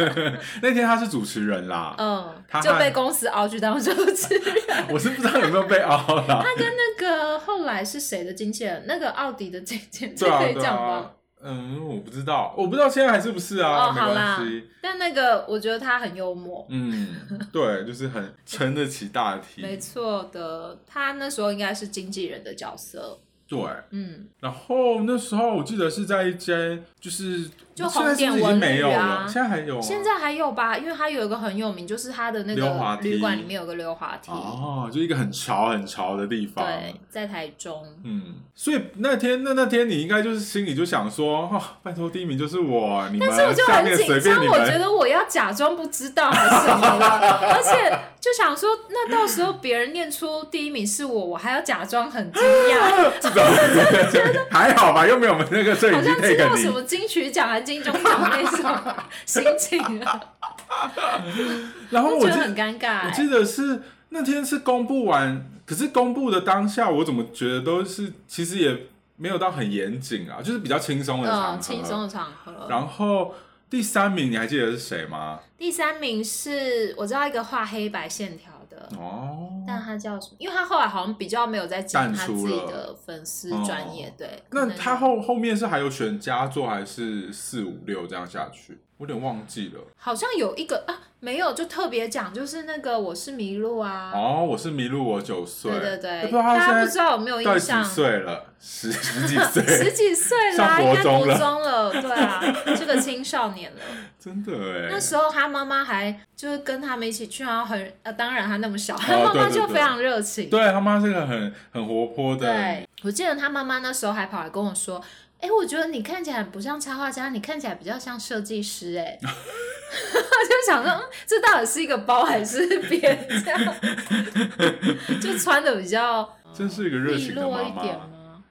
S2: (laughs) 那天他是主持人啦，
S1: 嗯
S2: 他，
S1: 就
S2: 和
S1: 被公司熬去当主持人。
S2: (laughs) 我是不知道有没有被凹啦。
S1: 他 (laughs) 跟那个后来是谁的经纪人？那个奥迪的经纪人，
S2: (laughs)
S1: 这
S2: 对啊，
S1: 可以
S2: 对
S1: 讲吗
S2: 啊？，嗯，我不知道，我不知道现在还是不是 (laughs) 啊，
S1: 哦，
S2: 没
S1: 好啦
S2: 关系。，
S1: 但那个我觉得他很幽默，
S2: 嗯，对，就是
S1: (laughs)
S2: 很撑得起大
S1: 没
S2: 题。
S1: 错的，他那时候应该是经纪人的角色，
S2: 对，
S1: 嗯，
S2: 然后那时候我记得是在一间，就是现在
S1: 就红
S2: 是
S1: 点
S2: 不是已经
S1: 文
S2: 没
S1: 旅
S2: 有
S1: 啊
S2: 了，现在还有吗？
S1: 现在还有吧，因为他有一个很有名，就是他的那
S2: 哦溜滑
S1: 个
S2: 梯
S1: 旅馆里面有个溜滑梯，
S2: 哦，就一个很潮很潮的地方。
S1: 对，在台中，
S2: 嗯，所以那天那那天你应该就是心里就想说，哦，拜托第一名就是我，你们
S1: 但是我就
S2: 下
S1: 很
S2: 面
S1: 紧
S2: 随便
S1: 张，
S2: 你
S1: 我觉
S2: 们。
S1: 得我要假装不知道还是什
S2: (laughs)
S1: 么了，而且就想说，那到时候别人念出第一名是我，我还要假装很惊
S2: (laughs)
S1: 讶，
S2: 这种 (laughs) 还好吧，又没有我们那个摄影
S1: 好
S2: 机
S1: 像知
S2: take
S1: 道什
S2: 你。
S1: 么金曲奖还是金钟奖那种心情啊，
S2: 然后
S1: 就
S2: (laughs) 我
S1: 觉
S2: 记
S1: 得很尴尬、
S2: 我
S1: 欸
S2: 记。得是那天是公布完，可是公布的当下，我怎么觉得都是其实也没有到很严谨啊，就是比较轻松的场合。
S1: 嗯，轻松的场合。
S2: 然后第三名你还记得是谁吗？
S1: 第三名是我知道一个画黑白线条的，
S2: 哦，
S1: 但他叫什么？因为他后来好像比较没有在讲他自己的粉丝专业，对。可
S2: 哦那
S1: 能
S2: 他后后面是还有选佳作还是四五六这样下去？我有点忘记了。
S1: 好像有一个啊，没有，就特别讲，就是那个我是麋鹿啊，
S2: 哦，我是迷路，我九岁。
S1: 对对
S2: 也
S1: 对，
S2: 不知道他
S1: 大家不
S2: 现
S1: 知
S2: 在
S1: 道有没有
S2: 到
S1: 印
S2: 底几
S1: 象？
S2: 岁了？十十几
S1: (laughs) 十
S2: 岁，
S1: 几岁
S2: (laughs)
S1: 啦，
S2: 上
S1: 应
S2: 国
S1: 该
S2: 中
S1: 国
S2: 了
S1: 中了，对啊，
S2: (laughs)
S1: 这个青少年了。
S2: 真的哎
S1: 那。时候他妈妈还就是跟他们一起去，然后很呃，当然他那么小，他
S2: 哦
S1: 妈
S2: 对
S1: 妈
S2: 对
S1: 就
S2: 对
S1: 非常热情，
S2: 对他妈是个很很活泼的
S1: 对，我记得他妈妈那时候还跑来跟我说：“哎、我觉得你看起来不像插画家，你看起来比较像设计师。”哎，
S2: (laughs)
S1: 我就想说，嗯，这到底是一个包还是别这样？ (laughs) 就穿的比较
S2: 真是一个热
S1: 利
S2: 情的
S1: 落
S2: 妈
S1: 一点嗯
S2: 妈
S1: 吗？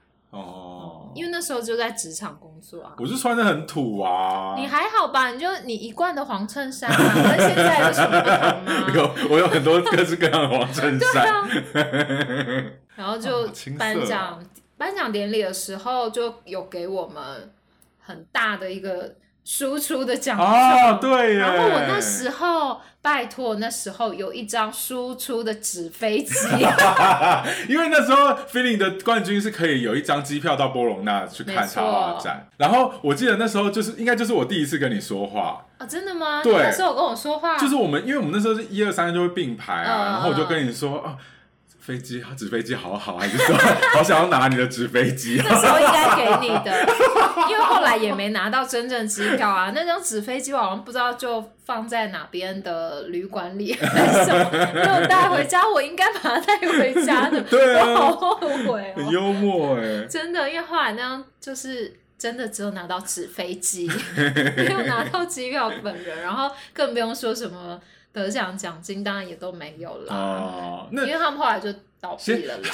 S2: 哦。
S1: 因为那时候就在职场工作啊。
S2: 我就穿的很土啊，
S1: 你还好吧？你就你一贯的黄衬衫、啊，跟现在有什么不同吗？
S2: (laughs) 有我有很多各式各样的黄
S1: (laughs)
S2: 衬
S1: 啊
S2: 衫， (laughs)
S1: 然后
S2: 哦
S1: 就
S2: 好青涩
S1: 颁
S2: 啊
S1: 奖、颁奖典礼的时候，就有给我们很大的一个输出的奖
S2: 哦，
S1: 状。
S2: 对耶。
S1: 然后我那时候，拜托，那时候有一张输出的纸
S2: (laughs)
S1: 飞机，
S2: 因为那时候 Feeling 的冠军是可以有一张机票到波隆纳去看插画展，然后我记得那时候就是应该就是我第一次跟你说话，
S1: 哦，真的吗？
S2: 对
S1: 你那时候有跟我说话，
S2: 就是我们因为我们那时候是一二三就会并排啊，
S1: 嗯
S2: 然后我就跟你说啊，飞机纸飞机好好，还是说好想要拿你的纸飞机啊，
S1: (laughs) 那时候应该给你的， (laughs) 因为后来也没拿到真正机
S2: (laughs)
S1: 票啊。那张纸飞机我好像不知道就放在哪边的旅馆里 (laughs) 还是什么，没有带回家。我应该把它带回家的，
S2: (laughs) 对啊
S1: 我好后悔
S2: 很
S1: 哦。
S2: 幽默哎、
S1: (laughs) 真的，因为后来那张就是真的只有拿到纸飞机， (laughs) 没有拿到机票本人，然后更不用说什么得奖奖金，当然也都没有啦。
S2: 哦，那
S1: 啊因为他们后来就倒
S2: 先
S1: 闭了啦。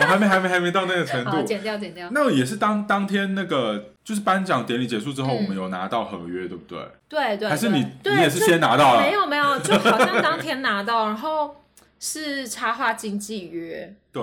S2: 我还没还没还没到那个程
S1: 好，
S2: 度。
S1: 剪掉，剪掉。
S2: 那也是当当天那个就是颁奖典礼结束之后，
S1: 嗯
S2: 我们有拿到合约，对不对？
S1: 对对，
S2: 还是
S1: 对
S2: 你
S1: 对
S2: 你也是
S1: 就
S2: 先拿到了？
S1: 没有没有，就好像当天拿到，然后是插画经纪
S2: (laughs)
S1: 约，
S2: 对，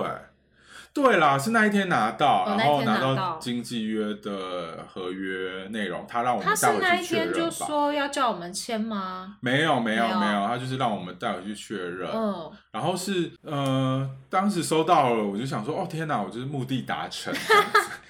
S2: 对啦，是那一天拿到，
S1: 哦
S2: 然后
S1: 那一天拿到
S2: 到经纪约的合约内容，他让我们
S1: 他是
S2: 带回
S1: 那
S2: 去
S1: 一
S2: 确认
S1: 天
S2: 吧。
S1: 就说要叫我们签吗？
S2: 没有没有
S1: 没有
S2: 没有，他就是让我们带回去确认。
S1: 嗯，
S2: 然后是呃，当时收到了，我就想说，哦天哪，我就是目的达成。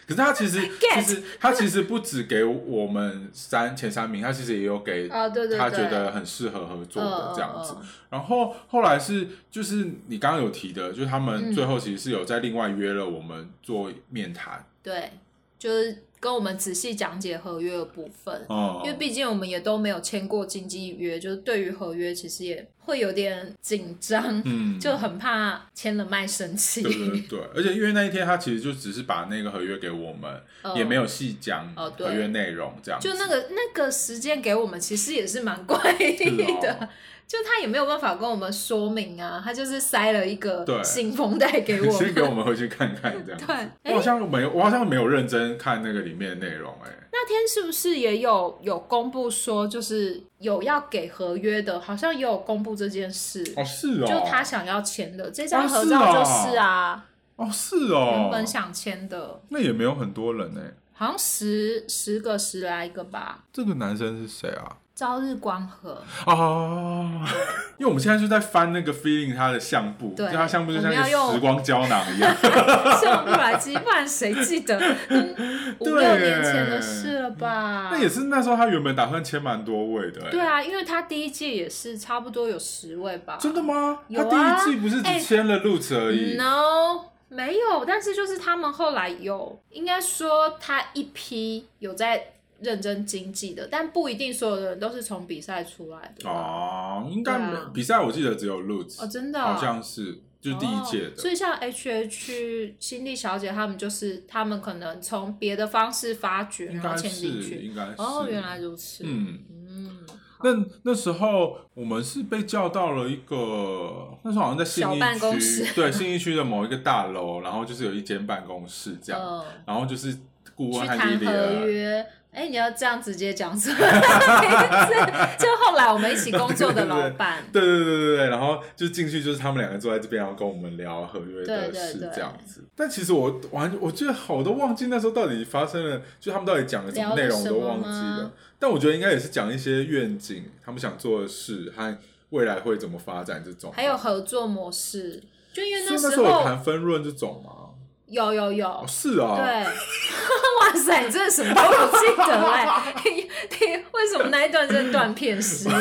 S2: 这样子可是他其实
S1: (laughs) Get
S2: 其实他其实不只给我们三前三名，他其实也有给
S1: 哦对对对，
S2: 他觉得很适合合作的这样子。
S1: 嗯嗯嗯
S2: 然后后来是就是你刚刚有提的，就是他们
S1: 嗯
S2: 最后其实是有在另外约了我们做面谈，
S1: 对，就是。跟我们仔细讲解合约的部分，
S2: 哦
S1: 嗯因为毕竟我们也都没有签过经纪约，就是对于合约其实也会有点紧张，
S2: 嗯，
S1: 就很怕签了卖身契，
S2: 对对对，而且因为那一天他其实就只是把那个合约给我们，
S1: 嗯
S2: 也没有细讲
S1: 哦对
S2: 合约内容这样子。
S1: 就那个那个时间给我们，其实也是蛮怪异
S2: 是
S1: 的。
S2: 哦
S1: 就他也没有办法跟我们说明啊，他就是塞了一
S2: 对
S1: 个信封
S2: (laughs)
S1: 袋给我
S2: 先
S1: 们。
S2: 给我们回去看看这样子。
S1: 对哎
S2: 我好像没有，我好像没有认真看那个里面的内容哎、
S1: 那天是不是也有有公布说，就是有要给合约的，好像也有公布这件事，
S2: 哦，是哦，
S1: 就他想要签的这张
S2: 啊
S1: 合
S2: 是
S1: 照就
S2: 哦
S1: 是啊，
S2: 哦是哦
S1: 原，本想签的，
S2: 那也没有很多人哎、
S1: 好像十十个十来个吧。
S2: 这个男生是谁啊？
S1: 朝日光和，
S2: 哦，因为我们现在就在翻那个 feeling 他的相簿，
S1: 对
S2: 就他相簿就像一个
S1: 我们要用啊
S2: 时光胶囊
S1: (laughs)
S2: 一样。
S1: 像不来机，不然谁记得？
S2: (laughs)
S1: 跟五
S2: 对嗯
S1: 六年前的事了吧？
S2: 那也是那时候他原本打算签蛮多位的、欸，
S1: 对，啊，因为他第一季也是差不多有十位吧。
S2: 真的吗？
S1: 有
S2: 他
S1: 啊嗯
S2: 第一季不是只
S1: 哎
S2: 签了 Roots 而已？
S1: No，没有。但是就是他们后来有，应该说他一批有在认真经济的，但不一定所有的人都是从比赛出来的。
S2: 哦，应该没、
S1: 对啊
S2: 比赛我记得只有 Roots，、
S1: 哦，真的哦、
S2: 好像是就第一届
S1: 哦
S2: 的。
S1: 所以像 H H 新力小姐他们就是他们可能从别的方式发掘，
S2: 应
S1: 然后
S2: 该
S1: 签
S2: 是，
S1: 进去。
S2: 应该是。
S1: 哦，原来如此。
S2: 嗯，
S1: 嗯
S2: 那那时候我们是被叫到了一个，那时候好像在信
S1: 小办
S2: 义
S1: 公
S2: 区，
S1: 室
S2: 对信义区的某一个大楼，然后就是有一间办公室这样，
S1: 呃
S2: 然后就是顾
S1: 去
S2: 问和莉
S1: 谈
S2: 莉
S1: 合
S2: 儿，
S1: 约。哎、你要这样直接讲出来名字，就后来我们一起工作的老板，
S2: (laughs) 对对对对对，然后就进去就是他们两个坐在这边，然后跟我们聊合约的
S1: 对对
S2: 事
S1: 对
S2: 这样子。但其实我完，我觉得我都忘记那时候到底发生了，就他们到底讲了什么内容我都忘记
S1: 聊了什么
S2: 了
S1: 吗。
S2: 但我觉得应该也是讲一些愿景，他们想做的事和未来会怎么发展这种吧。啊
S1: 还有合作模式，就因为
S2: 所以那
S1: 时
S2: 时候有
S1: 候
S2: 谈分润这种吗？
S1: 有有
S2: 哦，
S1: 有，
S2: 是啊，
S1: 对， (laughs) 哇塞，你真的什么都不记得哎、 (laughs) 你你为什么那一段真的断片失
S2: (laughs)
S1: 忆？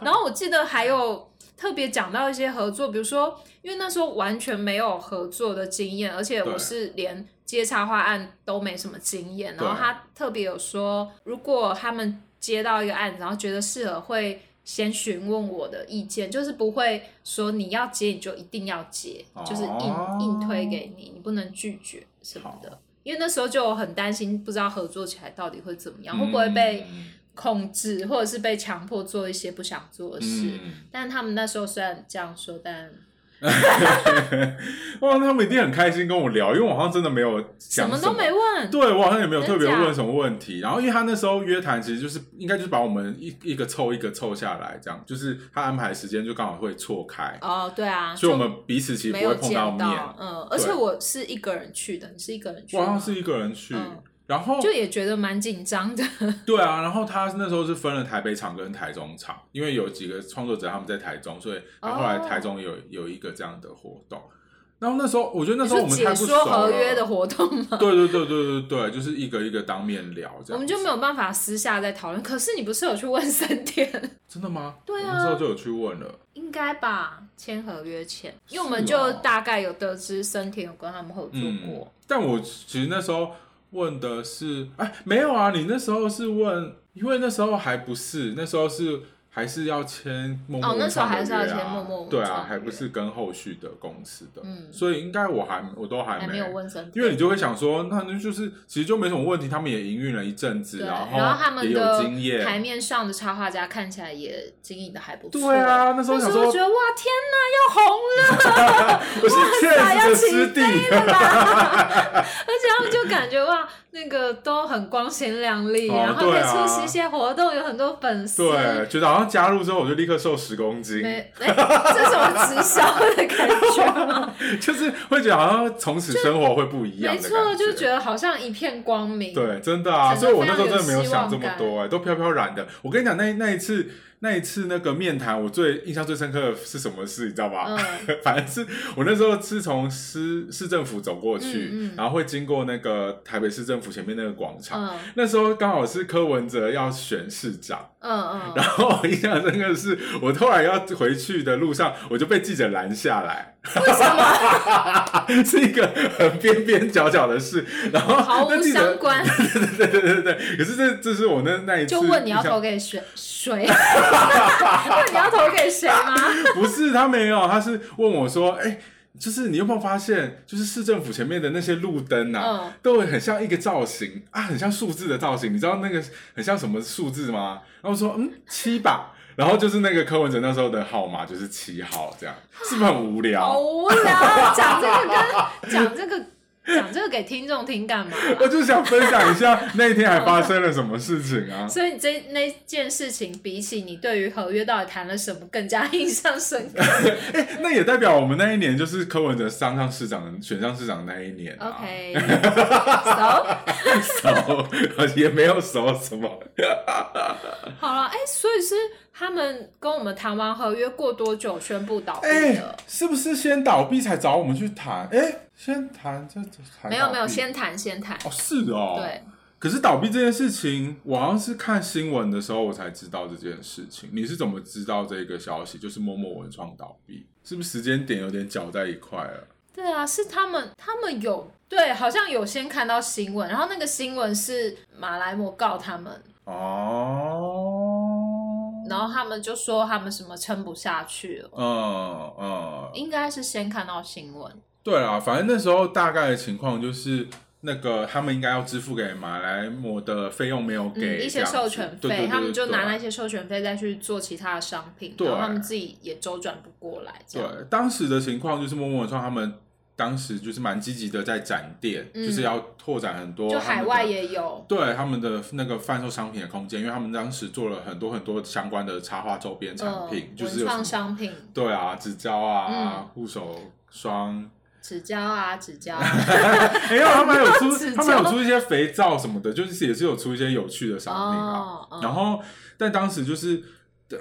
S1: 然后我记得还有特别讲到一些合作，比如说，因为那时候完全没有合作的经验，而且
S2: 对
S1: 我是连接插画案都没什么经验。然后
S2: 对
S1: 他特别有说，如果他们接到一个案子，然后觉得适合，会先询问我的意见，就是不会说你要接你就一定要接，就是
S2: 哦
S1: 硬硬推给你，你不能拒绝什么的。因为那时候就很担心，不知道合作起来到底会怎么样，会不会被
S2: 嗯
S1: 控制，或者是被强迫做一些不想做的事。
S2: 嗯
S1: 但他们那时候虽然这样说，但
S2: 哇，他们一定很开心跟我聊，因为我好像真的没有
S1: 什
S2: 讲
S1: 么
S2: 么
S1: 都没
S2: (laughs)
S1: 问。
S2: 对我好像也没有特别
S1: 真假
S2: 问什么问题，然后因为他那时候约谈，其实就是应该就是把我们一一个凑一个凑下来，这样就是他安排时间就刚好会错开，
S1: 哦，对啊，
S2: 所以我们彼此其
S1: 就
S2: 实不
S1: 没有
S2: 会碰
S1: 见
S2: 到面。
S1: 嗯，而且我是一个人去的，你是一个人去
S2: 我
S1: 吗，
S2: 好像是一个人去，
S1: 嗯
S2: 然后
S1: 就也觉得蛮紧张的。
S2: 对啊，然后他那时候是分了台北场跟台中场，因为有几个创作者他们在台中，所以他后来
S1: 哦
S2: 台中有、有一个这样的活动。然后那时候我觉得那时候
S1: 就
S2: 我们太
S1: 解
S2: 不熟了，
S1: 说合约的活动嘛，
S2: 对对对对对对，就是一个一个当面聊这样子。
S1: 我们就没有办法私下再讨论。可是你不是有去问森田？
S2: 真的吗？
S1: 对啊
S2: 我那时候就有去问了。
S1: 应该吧，签合约前，因为我
S2: 是
S1: 们
S2: 哦
S1: 就大概有得知森田有跟他们合作
S2: 嗯
S1: 过。，
S2: 但我其实那时候问的是，哎，没有啊，你那时候是问，因为那时候还不是，那时候是还是要签默默、
S1: 哦那时候还是要签默默无
S2: 对
S1: 偿
S2: 啊，
S1: 约
S2: 还不是跟后续的公司的，
S1: 嗯
S2: 所以应该我还我都还
S1: 还
S2: 没
S1: 没有。问森
S2: 因
S1: 田，
S2: 为你就会想说，那就是其实就没什么问题，他们也营运了一阵子，
S1: 对，啊
S2: 后
S1: 然后他们
S2: 也有
S1: 的
S2: 经验，
S1: 台面上的插画家看起来也经营的还不错。
S2: 对啊，那时候
S1: 那
S2: 想
S1: 时候
S2: 说
S1: 觉，得哇，天哪，要红了，
S2: 我是确实的师弟， (laughs)
S1: 而且他们就感觉哇，那个都很光鲜亮丽，
S2: 哦
S1: 然后可
S2: 对
S1: 以
S2: 啊
S1: 出席一些活动，有很多粉丝。
S2: 对，觉得好像加入之后我就立刻瘦十公斤，
S1: 没，哎、这是什么直销的感觉吗？
S2: 就是会觉得好像从此生活会不一样
S1: 没
S2: 的感
S1: 错，就觉
S2: 觉。
S1: 得好像一片光明。
S2: 对，真的啊，
S1: 整个
S2: 所以我那时候真的没有
S1: 非常
S2: 想
S1: 有
S2: 这么多、哎，都飘飘然的。我跟你讲，那那一次，那一次那个面谈，我最印象最深刻的是什么事，你知道吧？ (laughs)
S1: 嗯
S2: 反正是我那时候是从市市政府走过去，
S1: 嗯嗯
S2: 然后会经过那个台北市政府前面那个广场。
S1: 嗯
S2: 那时候刚好是柯文哲要选市长，
S1: 嗯
S2: 然后我印象深刻的是，我突然要回去的路上，我就被记者拦下来。为什么？ (laughs) 是一个很边边角角的事，然后
S1: 嗯，毫
S2: 那
S1: 无
S2: 记者
S1: 相关，
S2: (laughs) 对对对对对，可是这这是我那那一次
S1: 就问你要
S2: 印象
S1: 投
S2: (laughs)
S1: 给谁？ (laughs) 谁？问你要投给谁吗？
S2: 不是他没有，他是问我说，哎、就是你有没有发现，就是市政府前面的那些路灯啊，
S1: 嗯
S2: 都很像一个造型啊，很像数字的造型，你知道那个很像什么数字吗？然后我说嗯七吧，然后就是那个柯文哲那时候的号码就是七号，这样是不是很无聊？
S1: 好无聊，啊讲这个跟讲这个讲这个给听众听干嘛？
S2: 我就想分享一下那一天还发生了什么事情啊。
S1: 所以你这那件事情，比起你对于合约到底谈了什么更加印象深
S2: (laughs)
S1: 刻。
S2: 哎、那也代表我们那一年就是柯文哲当上市长的、选上市长的那一年、啊。 (laughs)
S1: OK，so、
S2: 熟呃也没有熟什
S1: (laughs)
S2: 么。
S1: 好了，哎、所以是他们跟我们谈完合约过多久宣布倒闭
S2: 哎、
S1: 的？
S2: 是不是先倒闭才找我们去谈？哎、先谈这这谈
S1: 没有
S2: 倒
S1: 没有，
S2: 闭
S1: 先谈先谈。
S2: 哦是哦，
S1: 对。
S2: 可是倒闭这件事情，我好像是看新闻的时候我才知道这件事情。你是怎么知道这个消息？就是某某文创倒闭，是不是时间点有点搅在一块了？
S1: 对啊，是他们，他们有对，好像有先看到新闻，然后那个新闻是马来貘告他们，
S2: 哦，
S1: 然后他们就说他们什么撑不下去了，
S2: 嗯嗯，
S1: 应该是先看到新闻，嗯
S2: 对啦，反正那时候大概的情况就是，那个他们应该要支付给马来貘的费用没有
S1: 嗯，
S2: 给、
S1: 一些授权费，
S2: 这样子对对对
S1: 他们就拿
S2: 对啊
S1: 那些授权费再去做其他的商品，
S2: 对啊
S1: 然后他们自己也周转不过来，这样，
S2: 对当时的情况就是默默文创他们当时就是蛮积极的在展店，
S1: 嗯
S2: 就是要拓展很多他
S1: 就
S2: 们
S1: 海
S2: 的
S1: 外也有，
S2: 对他们的那个贩售商品的空间，因为他们当时做了很多很多相关的插画周边产
S1: 嗯，
S2: 品，就是
S1: 文
S2: 有
S1: 创
S2: 什么
S1: 商品，
S2: 对啊，纸胶啊
S1: 嗯、
S2: 护、手霜，
S1: 纸胶啊，纸胶
S2: (laughs)
S1: 啊，
S2: 哎、有他们还有
S1: (laughs)
S2: 出
S1: 纸
S2: 他们有
S1: 胶
S2: 出一些肥皂什么的，就是也是有出一些有趣的商品啊。
S1: 哦，嗯
S2: 然后，但当时就是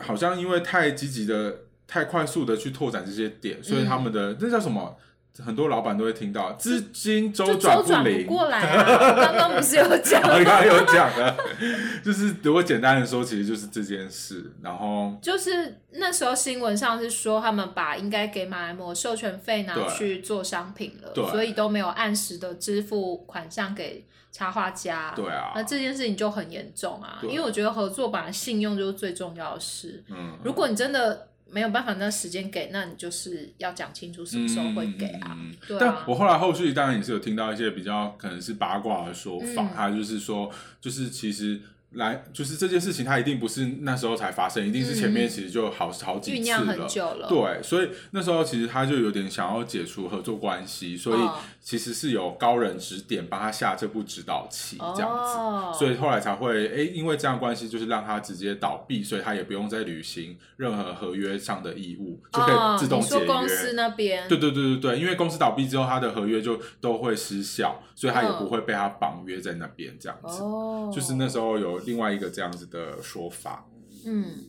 S2: 好像因为太积极的、太快速的去拓展这些点，所以他们的、那叫什么？很多老板都会听到资金周
S1: 嗯就周
S2: 不
S1: 转
S2: 灵。
S1: 不过来啊，刚刚不是有
S2: (laughs)
S1: 讲
S2: 我刚刚 (laughs) 有讲的， (laughs) 就是如果简单的说，其实就是这件事。然后，
S1: 就是那时候新闻上是说，他们把应该给马来貘授权费拿
S2: 对
S1: 去做商品了
S2: 对，
S1: 所以都没有按时的支付款项给插画家。
S2: 对啊
S1: 那，这件事情就很严重啊，
S2: 对
S1: 因为我觉得合作本来信用就是最重要的事。
S2: 嗯，
S1: 如果你真的没有办法那时间给，那你就是要讲清楚什么时候会给啊。
S2: 嗯嗯嗯嗯
S1: 对啊
S2: 但我后来后续当然也是有听到一些比较可能是八卦的说法
S1: 嗯，
S2: 他、就是说，就是其实来就是这件事情，它一定不是那时候才发生，一定是前面其实就好、好几
S1: 嗯酝
S2: 次
S1: 酿很
S2: 了。
S1: 久了，
S2: 对，所以那时候其实他就有点想要解除合作关系，所以
S1: 哦
S2: 其实是有高人指点帮他下这步指导棋这样子。
S1: 哦、
S2: 所以后来才会诶，因为这样关系就是让他直接倒闭，所以他也不用再履行任何合约上的义务，就可以自动
S1: 哦、你
S2: 解约。
S1: 说公司那边
S2: 对对对对对，因为公司倒闭之后，他的合约就都会失效，所以他也不会被他绑约在那边这样子。
S1: 嗯哦，
S2: 就是那时候有另外一个这样子的说法， (laughs)
S1: 嗯。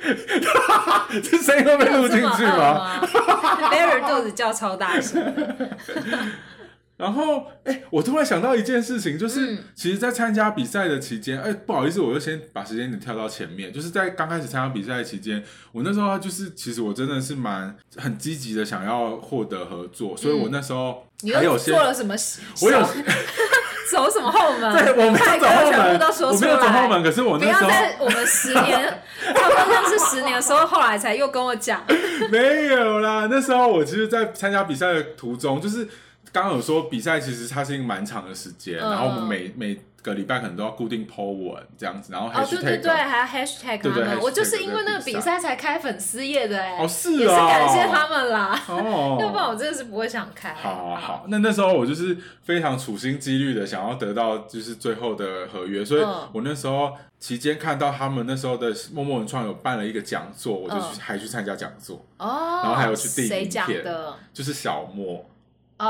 S2: 这声音会被录进去吗？
S1: b e r 肚子叫超大声，
S2: 然后，哎、我突然想到一件事情，就是、
S1: 嗯
S2: 其实，在参加比赛的期间，哎、不好意思，我又先把时间点跳到前面，就是在刚开始参加比赛的期间，我那时候就是，其实我真的是蛮很积极的想要获得合作，所以我那时候
S1: 嗯你
S2: 还有
S1: 又
S2: 先，
S1: 做了什么事？
S2: 我有
S1: 走走什么后门？
S2: 对，我没有走后门
S1: 嗯快点全部都，说
S2: 我
S1: 出
S2: 没
S1: 来。
S2: 有走后门，可是我
S1: 不
S2: 那
S1: 要
S2: 时候
S1: 在我们十年，差不多认识十年的时候，后来才又跟我讲，
S2: 没有啦，那时候我其实，在参加比赛的途中，就是刚刚有说比赛其实它是一个蛮长的时间，
S1: 嗯
S2: 然后我们每每个礼拜可能都要固定 po 文这样子，然后
S1: 哦，对对
S2: hashtag
S1: 对，还要 hashtag 他
S2: 对对
S1: 们，
S2: hashtag
S1: 我就是因为那个比赛才开粉丝页的，哎
S2: 哦，是
S1: 也是
S2: 哦，
S1: 感谢他们啦，
S2: 哦，
S1: 要不然我真的是不会想开。
S2: 好好好，那那时候我就是非常处心积虑的想要得到就是最后的合约，所以
S1: 嗯
S2: 我那时候期间看到他们那时候的默默文创有办了一个讲座，我就去
S1: 嗯
S2: 还去参加讲座，
S1: 哦，
S2: 然后还有去订影片
S1: 谁讲的？哦
S2: 就是小莫，
S1: 哦，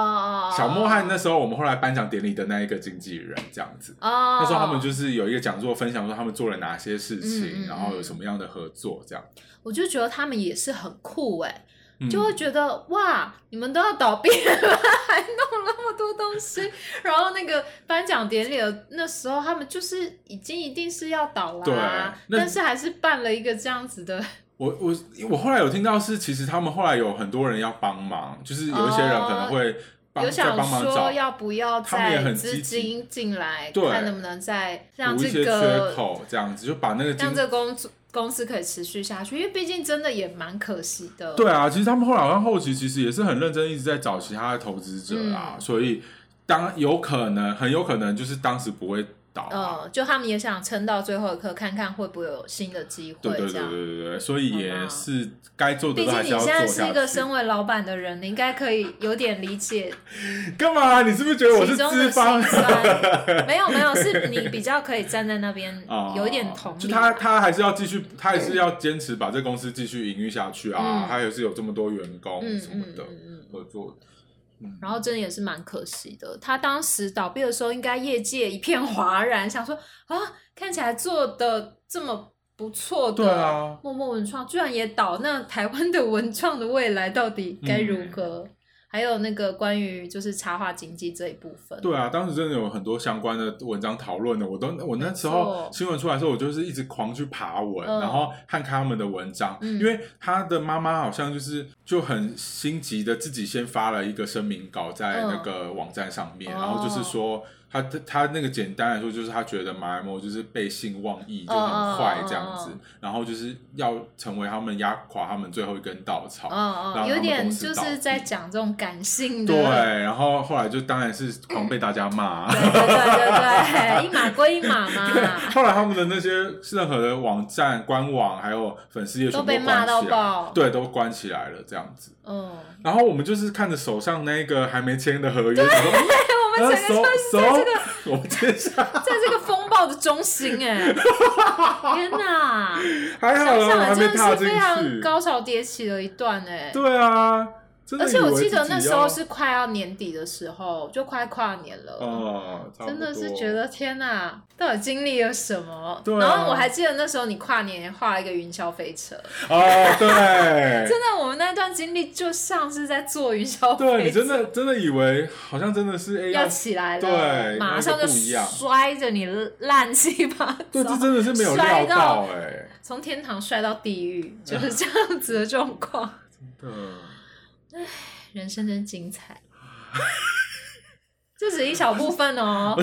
S1: 哦
S2: 小莫和那时候我们后来颁奖典礼的那一个经纪人这样子。
S1: 哦，
S2: 那时候他们就是有一个讲座，分享说他们做了哪些事情，
S1: 嗯嗯嗯
S2: 然后有什么样的合作，这样。
S1: 我就觉得他们也是很酷哎、
S2: 嗯
S1: 就会觉得哇，你们都要倒闭了，还弄那么多东西。 (laughs) 然后那个颁奖典礼的那时候，他们就是已经一定是要倒
S2: 对
S1: 啦，
S2: 那
S1: 但是还是办了一个这样子的，
S2: 我我我后来有听到是，其实他们后来有很多人要帮忙，就是有一些人可能会帮、
S1: 哦
S2: 再
S1: 有想
S2: 帮忙找
S1: 说要不要
S2: 他们也
S1: 再
S2: 很积极
S1: 资金进来，
S2: 对
S1: 看能不能再让
S2: 补一
S1: 这
S2: 些缺
S1: 个
S2: 口，这样子就把那个经
S1: 让这个公司公司可以持续下去，因为毕竟真的也蛮可惜的。
S2: 对啊，其实他们后来好像后期其实也是很认真，一直在找其他的投资者啊，
S1: 嗯
S2: 所以当有可能很有可能就是当时不会倒啊。
S1: 嗯，就他们也想撑到最后一刻，看看会不会有新的机会
S2: 对对
S1: 这
S2: 对
S1: 样。
S2: 对对对，所以
S1: 好
S2: 也
S1: 吧
S2: 是该做的
S1: 毕
S2: 都
S1: 竟
S2: 还
S1: 你
S2: 要
S1: 现
S2: 做
S1: 在
S2: 下
S1: 是
S2: 去。
S1: 一个身为老板的人，你应该可以有点理解
S2: (laughs) 干嘛、你是不是觉得我是
S1: 其中的
S2: 资
S1: 辛
S2: 方？
S1: 酸。没有没有，是你比较可以站在那边
S2: (laughs) 啊，
S1: 有一点同理。
S2: 就他他还是要继续，他还是要坚持把这公司继续营运下去啊，
S1: 嗯
S2: 他也是有这么多员工
S1: 嗯
S2: 什么
S1: 嗯
S2: 的
S1: 嗯嗯，
S2: 合作。嗯
S1: 然后真的也是蛮可惜的。他当时倒闭的时候，应该业界一片哗然，想说啊，看起来做的这么不错
S2: 对
S1: 的
S2: 啊，
S1: 默默文创居然也倒，那台湾的文创的未来到底该如
S2: 嗯
S1: 何？还有那个关于就是插画经济这一部分，
S2: 对啊，当时真的有很多相关的文章讨论的，我都我那时候
S1: 没错
S2: 新闻出来的时候，我就是一直狂去爬文，
S1: 嗯
S2: 然后看看他们的文章，
S1: 嗯
S2: 因为他的妈妈好像就是就很心急的自己先发了一个声明稿在
S1: 嗯
S2: 那个网站上面，
S1: 哦
S2: 然后就是说。他他他那个简单来说，就是他觉得马来貘就是背信忘义，就很坏这样子
S1: 嗯嗯嗯嗯
S2: 然后就是要成为他们压垮他们最后一根稻草。
S1: 嗯
S2: 让
S1: 嗯，
S2: 他
S1: 有
S2: 们
S1: 点
S2: 公司
S1: 就
S2: 倒闭
S1: 是在讲这种感性的，
S2: 对，然后后来就当然是狂被大家
S1: (laughs)
S2: 骂。
S1: 对对对对对，一码归一码嘛，
S2: (laughs) 后来他们的那些任何的网站、官网还有粉丝页全部
S1: 都被骂到
S2: 关起来
S1: 爆
S2: 对，都关起来了这样子。
S1: 嗯。
S2: 然后我们就是看着手上那个还没签的合约，然后
S1: 我们整个就是在这个
S2: 手，我们接
S1: (laughs)
S2: 下
S1: 在这个风暴的中心哎、 (laughs) 天哪！
S2: 还好哎
S1: 想
S2: 啦，我
S1: 想
S2: 还
S1: 来
S2: 没
S1: 真的
S2: 踏
S1: 是
S2: 进
S1: 非常
S2: 去。
S1: 高潮迭起的一段哎、
S2: 对啊，真的
S1: 而且我
S2: 以为
S1: 记得
S2: 自己
S1: 那时
S2: 要
S1: 候是快要年底的时候，就快跨年了。
S2: 哦，差不
S1: 真的是
S2: 多
S1: 觉得天哪，到底经历了什么？
S2: 对啊
S1: 然后我还记得那时候你跨年也画了一个云霄飞车，
S2: 哦，对，
S1: (laughs) 真的，我们那段经历就像是在坐云霄飞车，
S2: 对你真的真的以为好像真的是哎
S1: 要起来了，
S2: 对
S1: 马上
S2: 那个
S1: 就
S2: 不一样
S1: 摔着你烂七八糟，
S2: 对，这真的是没有
S1: 摔
S2: 料
S1: 到
S2: 哎、
S1: (laughs) 从天堂摔到地狱，
S2: 啊
S1: 就是这样子的状况。
S2: 对。
S1: 人生真精彩，这只是一小部
S2: (laughs)
S1: 分哦。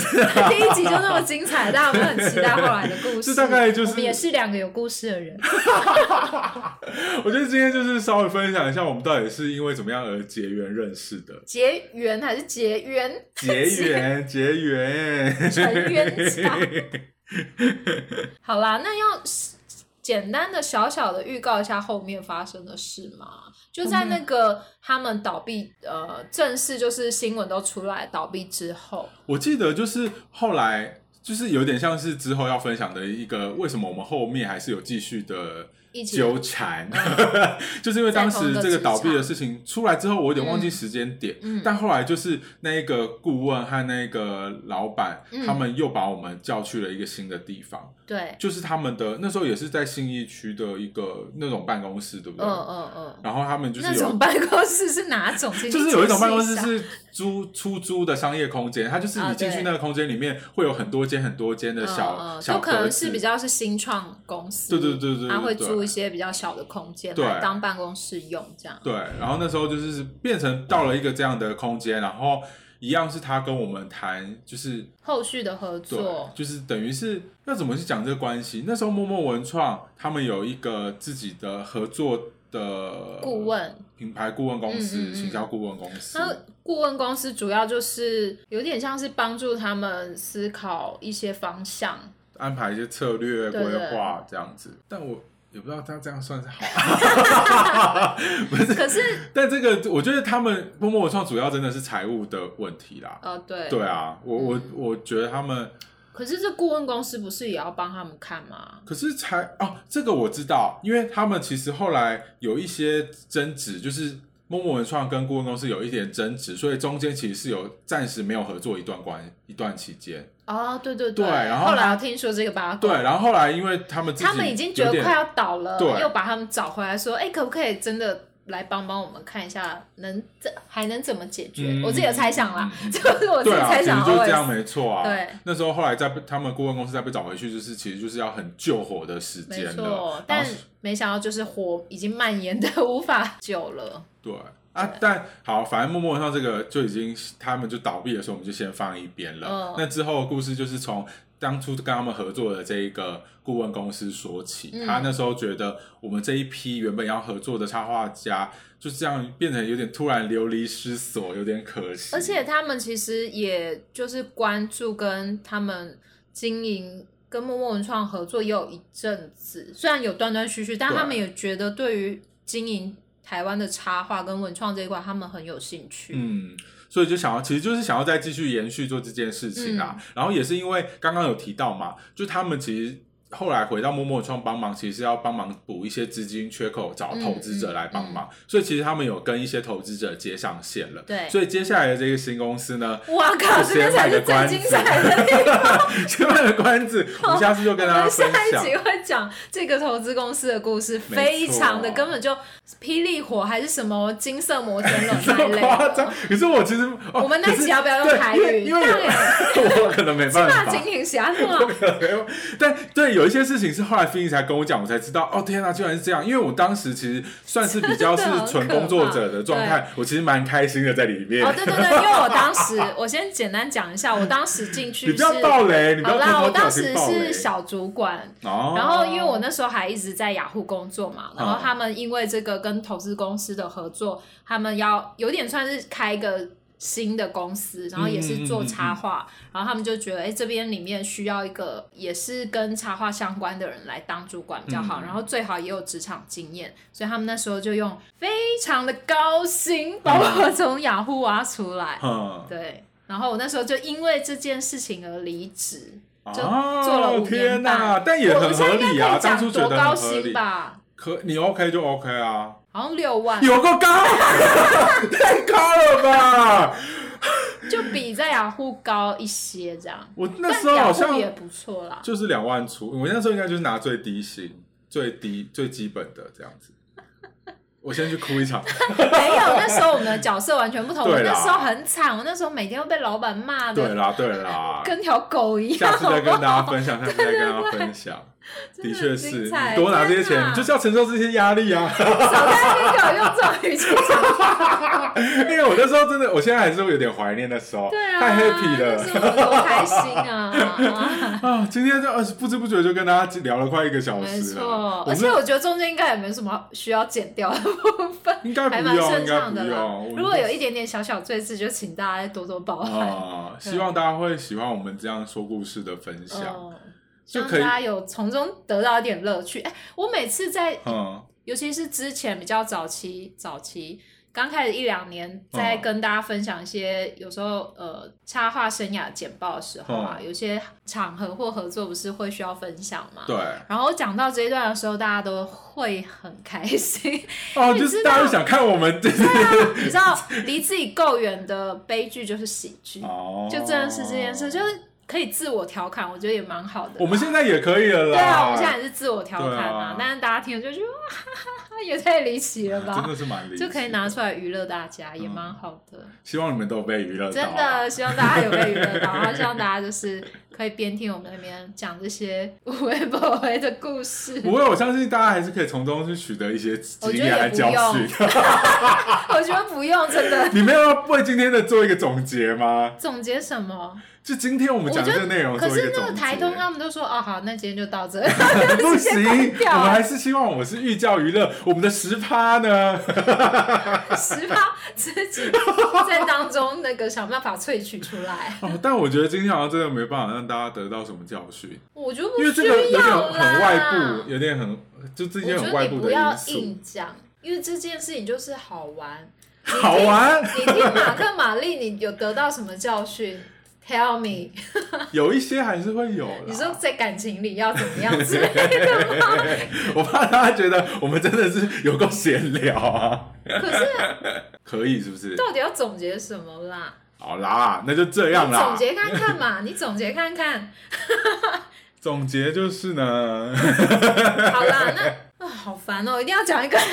S1: 第一集就那么精彩，大家有没有很期待后来的故事？
S2: 这大概 (laughs) 就是
S1: 我们也是两个有故事的人。。
S2: (laughs) 我觉得今天就是稍微分享一下，我们到底是因为怎么样而结缘认识的
S1: (laughs) 结缘还是结缘？
S2: 结缘，结缘，
S1: 纯冤家好啦，那要简单的小小的预告一下后面发生的事嘛。就在那个他们倒闭，呃，正式就是新闻都出来倒闭之后，
S2: (laughs) 我记得就是后来，就是有点像是之后要分享的一个，为什么我们后面还是有继续的
S1: 一起嗯
S2: 纠缠， (laughs) 就是因为当时这个倒闭的事情出来之后，我有点忘记时间点，
S1: 嗯嗯
S2: 但后来就是那一个顾问和那个老板，
S1: 嗯
S2: 他们又把我们叫去了一个新的地方，
S1: 对，
S2: 就是他们的那时候也是在信义区的一个那种办公室，对不对？
S1: 嗯嗯嗯。
S2: 然后他们就是
S1: 那种
S2: 有，
S1: 办公室是哪种？请你
S2: 就是有一种办公
S1: 解
S2: 室
S1: 释一下
S2: 是租出租的商业空间，它就是
S1: 啊
S2: 你进去
S1: 对
S2: 那个空间里面会有很多间很多间的小、
S1: 嗯嗯
S2: 小
S1: 就可
S2: 格
S1: 能
S2: 子
S1: 是比较是新创公司，
S2: 对对对对对
S1: 他会
S2: 对
S1: 租一些比较小的空间
S2: 对
S1: 来当办公室用，这样。
S2: 对，然后那时候就是变成到了一个这样的空间，然后一样是他跟我们谈，就是
S1: 后续的合
S2: 对
S1: 作，，
S2: 就是等于是要怎么去讲这个关系？那时候默默文创他们有一个自己的合作的
S1: 顾问
S2: 品牌顾问公司、
S1: 嗯嗯嗯
S2: 行销顾问公司，
S1: 那顾问公司主要就是有点像是帮助他们思考一些方向，
S2: 安排一些策略
S1: 对对
S2: 规划这样子。但我也不知道他这样算是好， (laughs)
S1: 可是
S2: 但这个我觉得他们默默文创主要真的是财务的问题啦。
S1: 呃，对，嗯
S2: 对啊，我我我觉得他们。
S1: 可是这顾问公司不是也要帮他们看吗？
S2: 可是才哦，这个我知道，因为他们其实后来有一些争执，就是默默文创跟顾问公司有一点争执，所以中间其实是有暂时没有合作一段关一段期间。
S1: 哦，对对
S2: 对然后
S1: 后来
S2: 他
S1: 我听说这个八卦，
S2: 对，然后后来因为他们自己
S1: 哦他们已经觉
S2: 有
S1: 得
S2: 点
S1: 快要倒了，
S2: 对
S1: 又把他们找回来，说：“哎、可不可以真的来帮帮我们看一下能怎还能怎么解决。
S2: 嗯
S1: 我自己的猜想啦， (laughs)
S2: 嗯嗯嗯
S1: 这个是我自己
S2: 对啊，
S1: 猜
S2: 其
S1: 想
S2: 实
S1: 的。
S2: 就是这样，没错啊。
S1: 对，
S2: 那时候后来在他们顾问公司再被找回去，就是其实就是要很救火的时
S1: 没
S2: 间
S1: 错
S2: 的。。然
S1: 但
S2: 后
S1: 没想到就是火已经蔓延的无法救了。
S2: 对啊，但好，反正默默上这个就已经他们就倒闭的时候，我们就先放一边了。
S1: 嗯
S2: 那之后的故事就是从。当初跟他们合作的这一个顾问公司说起，
S1: 嗯
S2: 他那时候觉得我们这一批原本要合作的插画家就这样变成有点突然流离失所，有点可惜。
S1: 而且他们其实也就是关注跟他们经营跟默默文创合作也有一阵子，虽然有断断续续，但
S2: 对
S1: 他们也觉得对于经营台湾的插画跟文创这一块，他们很有兴趣。
S2: 嗯，所以就想要，其实就是想要再继续延续做这件事情
S1: 嗯
S2: 啊。然后也是因为刚刚有提到嘛，就他们其实后来回到默默创帮忙，其实是要帮忙补一些资金缺口，找投资
S1: 嗯
S2: 者来帮忙。所以其实他们有跟一些投资者接上线了。
S1: 对
S2: 所以接下来的这个新公司呢， (laughs)
S1: 哇靠，这边才是最精彩的地方。
S2: 先卖了关子，我们下次就跟
S1: 我
S2: 大家
S1: 们下
S2: 分
S1: 一
S2: 享。
S1: 集会讲这个投资公司的故事，
S2: 错
S1: 非常的根本就霹雳火还是什么金色摩天轮
S2: (laughs) 这
S1: 那一
S2: 么
S1: 类
S2: 夸张
S1: 的。？
S2: 可是我其实，哦
S1: 我们那
S2: 可是
S1: 集要不要用
S2: 对
S1: 台
S2: 因为
S1: 语
S2: 因为 (laughs) 我我可能没办
S1: 大
S2: 法。
S1: 金瓶侠是吗？
S2: 没有， (laughs) 但对有一些事情是后来 f i n 才跟我讲，我才知道哦，天哪，居然是这样！因为我当时其实算是比
S1: (laughs)
S2: 较是纯工作者的状态，我其实蛮开心的在里面。
S1: 哦，对对对，因为我当时， (laughs) 我先简单讲一下，我当时进去
S2: 你不
S1: 是
S2: 要爆雷，你不
S1: 好
S2: 要
S1: 啦，我
S2: 偷偷
S1: 当
S2: 讲
S1: 时
S2: 先爆雷
S1: 是。小主管，
S2: 哦，
S1: 然后因为我那时候还一直在雅虎工作嘛，然后
S2: 嗯
S1: 他们因为这个跟投资公司的合作，他们要有点算是开一个新的公司，然后也
S2: 嗯
S1: 是做插画，然后他们就觉得，哎，这边里面需要一个也是跟插画相关的人来当主管比较好，
S2: 嗯
S1: 然后最好也有职场经验，所以他们那时候就用非常的高薪把我从雅虎挖出来，
S2: 嗯，
S1: 对，然后我那时候就因为这件事情而离职。就
S2: 哦
S1: 做了五年
S2: 天
S1: 半，
S2: 但也
S1: 我
S2: 很
S1: 我现
S2: 合
S1: 在应该可
S2: 理
S1: 以
S2: 啊，
S1: 讲
S2: 当初觉
S1: 多
S2: 得
S1: 高
S2: 很合
S1: 薪
S2: 理。
S1: 吧，
S2: 可你 OK 就 OK 啊，
S1: 好像六万，
S2: 有够高， (laughs) 太高了吧？
S1: 就比在雅虎高一些这样。
S2: 我那
S1: 但
S2: 时候好
S1: 雅
S2: 像
S1: 虎也不错啦，
S2: 就是两万出，我那时候应该就是拿最低薪、最低最基本的这样子。我先去哭一
S1: (laughs)
S2: 场，
S1: 没有那时候我们的角色完全不同。我
S2: 对啦
S1: 那时候很惨，我那时候每天都被老板骂
S2: 对
S1: 的
S2: 啦对啦，
S1: 跟条狗一样。
S2: 下次再跟大家
S1: 好不好
S2: 分
S1: (laughs)
S2: 享，下次再跟大家分享。
S1: 真
S2: 的
S1: 的
S2: 确
S1: 很
S2: 是，
S1: 精
S2: 你
S1: 彩
S2: 多拿这些
S1: 天
S2: 钱，
S1: 哪
S2: 你就是要承受这些压力
S1: (laughs)
S2: 啊。
S1: 少在那 (laughs) 边给我用这种语气讲话，
S2: 因为我那时候真的，我现在还是会有点怀念那时候，
S1: 对啊，
S2: 太 happy
S1: 那时
S2: 了。
S1: 候多开心
S2: (laughs)
S1: 啊！
S2: 啊，今天这二十不知不觉就跟大家聊了快一个小
S1: 没
S2: 时
S1: 错
S2: 了，，
S1: 而
S2: 我
S1: 且
S2: 们
S1: 我觉得中间应该也没什么需要剪掉的部分，
S2: 应该不
S1: 还蛮
S2: 用，
S1: 顺
S2: 应该
S1: 畅
S2: 不
S1: 的啦
S2: 用。。
S1: 如果有一点点小小罪字，就请大家多多包涵。
S2: 啊，希望大家会喜欢我们这样说故事的分享，
S1: 嗯，希
S2: 就
S1: 望
S2: 可
S1: 大
S2: 以
S1: 家有从中得到一点乐趣。哎，我每次在，
S2: 嗯。
S1: 尤其是之前比较早期、早期刚开始一两年，在
S2: 嗯
S1: 跟大家分享一些有时候呃插画生涯简报的时候
S2: 哦
S1: 啊，有些场合或合作不是会需要分享嘛？
S2: 对，
S1: 然后讲到这一段的时候，大家都会很开心。 (laughs)
S2: 哦，
S1: 你
S2: 就
S1: 知
S2: 是大家
S1: 道
S2: 就想看我
S1: (laughs)
S2: 们这
S1: 你知道，离自己够远的悲剧就是喜剧，
S2: 哦，
S1: 就真的是这件事，就是可以自我调侃，我觉得也蛮好的。
S2: 我们现在也可以了啦。
S1: 对啊，我们现在也是自我调侃
S2: 对
S1: 啊
S2: 啊，
S1: 但是大家听了就觉得哇哈哈哈，也太离奇了
S2: 真
S1: 吧，
S2: 的是蛮离奇
S1: (laughs) 就
S2: 的，
S1: 可以拿出来娱乐大家，也蛮好
S2: (laughs)
S1: 的。
S2: 希望你们都有被娱乐到。啊
S1: 真的，希望大家有被娱乐到，然后希望大家就是可以边听我们那边讲这些无微不微的
S2: (laughs)
S1: 故事。
S2: 不过我相信大家还是可以从中去取得一些经
S1: 我觉
S2: 验
S1: 得也
S2: 来
S1: 不
S2: 教
S1: 用
S2: 训。
S1: 我觉得不用真
S2: (laughs)
S1: 的
S2: 你们要为今天的做一个总结吗？
S1: 总结什么。
S2: 就今 (laughs) 天我们讲的这个内容做
S1: 可
S2: 一
S1: 是
S2: 总结。
S1: 那个台通
S2: (laughs)
S1: 他们都说哦好，那今天就到这，
S2: 不行，
S1: 关掉啊
S2: 我们还是希望我们是寓教于乐。我们的十趴呢？ (laughs)
S1: 十八自己在当中那个想办法萃取出来，
S2: 哦，但我觉得今天好像真的没办法让大家得到什么教训，
S1: 我就不
S2: 因为这
S1: 需
S2: 个有点
S1: 要
S2: 很外
S1: 啦。
S2: 部，有点很就这
S1: 我
S2: 件
S1: 觉
S2: 很
S1: 得
S2: 外
S1: 你
S2: 部
S1: 不
S2: 的
S1: 要
S2: 因素。
S1: 硬讲，因为这件事情就是好玩。
S2: 好玩，
S1: 你听马克玛丽，你有得到什么教训？Tell me，
S2: 啊有一些还是会有啦。
S1: 你说在感情里要怎么样
S2: (laughs)
S1: 之类的吗？
S2: 我怕大家觉得我们真的是有够闲聊啊，
S1: 可是
S2: 可以是不是？
S1: 到底要总结什么啦？
S2: 好啦，那就这
S1: 你
S2: 样啦。
S1: 总结看看嘛，你总结看看。
S2: 总结就是呢，
S1: (laughs)
S2: (laughs)
S1: 好啦，那啊好烦哦，一定要讲一个很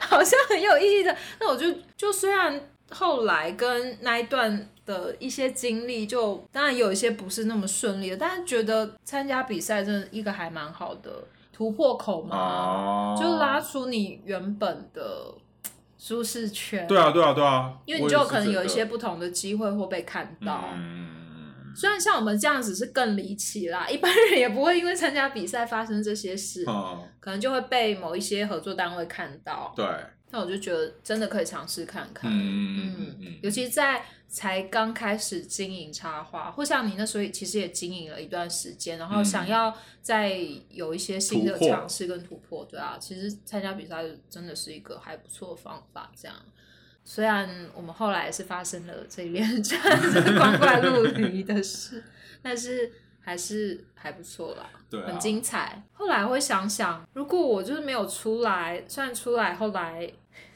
S1: 好像很有意义的。那我就就虽然后来跟那一段的一些经历就，当然有一些不是那么顺利的，但是觉得参加比赛真的一个还蛮好的突破口嘛，
S2: 啊，
S1: 就拉出你原本的舒适圈。
S2: 对啊，对啊，对啊，
S1: 因为你
S2: 我也
S1: 就是可能
S2: 觉
S1: 有一
S2: 得
S1: 些不同的机会或被看到。
S2: 嗯，
S1: 虽然像我们这样子是更离奇啦，一般人也不会因为参加比赛发生这些事，
S2: 嗯，
S1: 可能就会被某一些合作单位看到。
S2: 对，
S1: 那我就觉得真的可以尝试看看，
S2: 嗯嗯嗯
S1: 尤其在才刚开始经营插画，或像你那时候其实也经营了一段时间，然后
S2: 嗯
S1: 想要再有一些新的
S2: 突破
S1: 尝试跟突破，对啊，其实参加比赛真的是一个还不错的方法，这样。虽然我们后来是发生了这一连串 (laughs) 光怪陆离的事，但是还是还不错啦。
S2: 对啊，
S1: 很精 (laughs) 彩。后来会想想，如果我就是没有出来，虽然出来后来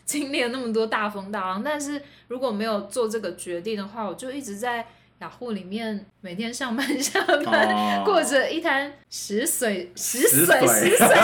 S1: 经历了那么多大风大浪，但是如果没有做这个决定的话，我就一直在雅虎里面每天上班下班。
S2: 哦
S1: 过着一滩死水、死水、死
S2: 死
S1: 水、
S2: 水
S1: 死水，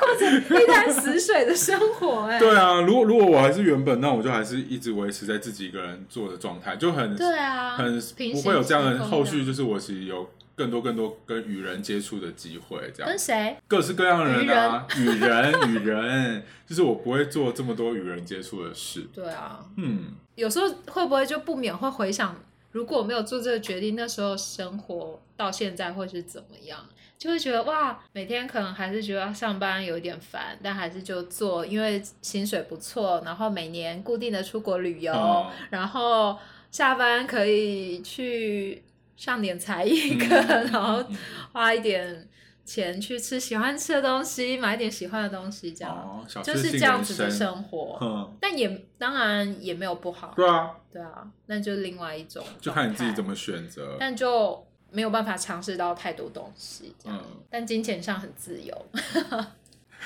S1: 过着一滩死水的生活、哎，
S2: 对啊，如果如果我还是原本，那我就还是一直维持在自己一个人做的状态，就很
S1: 对啊，
S2: 很
S1: 平
S2: 不
S1: 行
S2: 会有这样
S1: 时
S2: 的
S1: 空
S2: 后续，就是我其实有更多更多跟与人接触的机会，这样
S1: 跟谁？
S2: 各式各样的人啊，与人与人，就是我不会做这么多与人接触的事，
S1: 对啊，
S2: 嗯，
S1: 有时候会不会就不免会回想，如果我没有做这个决定，那时候生活到现在会是怎么样？就会觉得哇，每天可能还是觉得上班有一点烦，但还是就做，因为薪水不错，然后每年固定的出国旅游，
S2: 哦
S1: 然后下班可以去上点才
S2: 嗯
S1: 艺课， (laughs) 然后
S2: 嗯
S1: 花一点钱去吃喜欢吃的东西，买一点喜欢的东西，这样、
S2: 哦，小
S1: 就
S2: 确
S1: 是这
S2: 幸
S1: 样
S2: 人
S1: 子的
S2: 生，
S1: 生活。
S2: 嗯，
S1: 但也当然也没有不好，
S2: 对啊，
S1: 对啊，那就另外一种，
S2: 就看你自己怎
S1: 么，
S2: 么选择，
S1: 但就没有办法尝试到太多东西，这样。
S2: 嗯。
S1: 但金钱上很自
S2: (laughs)
S1: 由，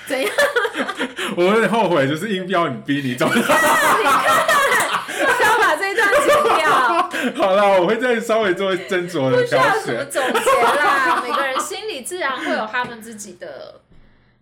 S1: 怎样？
S2: 我有点后悔，就是硬标你逼你走。
S1: 我要把这一段剪
S2: (laughs)
S1: 掉，
S2: (laughs) 好了，我会再稍微做斟酌
S1: 不
S2: 的
S1: 需要
S2: 挑
S1: 什么
S2: 选。
S1: 总结啦， (laughs) 每个人心里自然会有他们自己的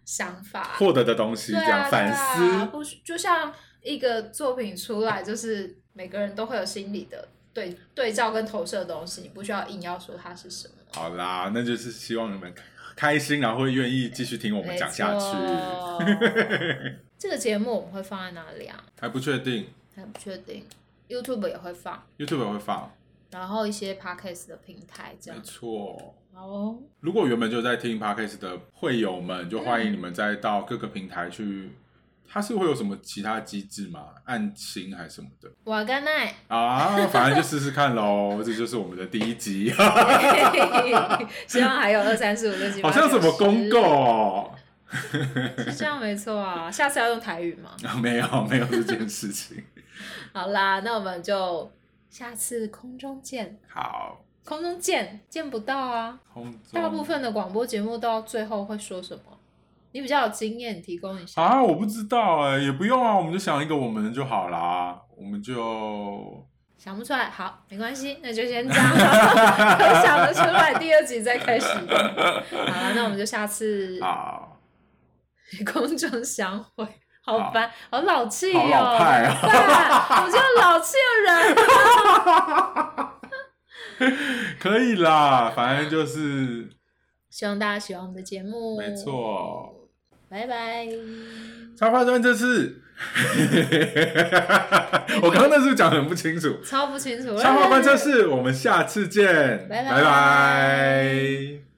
S1: 想法，
S2: 获得的东西，
S1: 对
S2: 这
S1: 啊，
S2: 样反
S1: 对啊
S2: 思，
S1: 不需就像一个作品出来，就是每个人都会有心理的对对照跟投射的东西，你不需要硬要说它是什么。
S2: 好啦，那就是希望你们开心，然后会愿意继续听我们讲下去。 (laughs)
S1: 去。这个节目我们会放在哪里啊？
S2: 还不确定
S1: 还不确定，YouTube 也会放，
S2: ，YouTube 也会放，呃
S1: 然后一些 Podcast 的平台这
S2: 没
S1: 样。
S2: 错。
S1: 好哦，
S2: 如果原本就在听 Podcast 的会友们，就欢迎你们再到各个平台去。它是会有什么其他机制吗？按星还是什么的
S1: 瓦甘奈， (laughs)
S2: 啊？反正就试试看喽。这就是我们的第一
S1: (laughs)
S2: 集，
S1: 希望还有二三四五六七八，
S2: 好像什么公告哦。
S1: 九十，是这样没错啊。下次要用台语吗？
S2: 啊，没有没有这件事情。
S1: 好啦，那我们就下次空中见。
S2: 好，
S1: 空中见，见不到啊！
S2: 空中
S1: 大部分的广播节目到最后会说什么？你比较有经验，你提供一下。
S2: 啊，我不知道哎、也不用啊，我们就想一个我们的就好啦，我们就
S1: 想不出来，好，没关系，那就先这样。 (laughs) 有想得出来，第二集再开始。好了，那我们就下次 (laughs)
S2: 好，
S1: 空中相会。好烦，好老气哦！
S2: 好老派
S1: (laughs)
S2: 啊
S1: 啊！我就是老气的
S2: (laughs)
S1: 人。
S2: 可以啦，反正就是
S1: 希望大家喜欢我们的节目。
S2: 没，错。
S1: 拜拜。
S2: 插画专这次， (laughs) 我刚刚那是不是讲的很不清楚。
S1: 超不清楚。
S2: 插画专这次，我们下次见，
S1: 拜拜
S2: 拜拜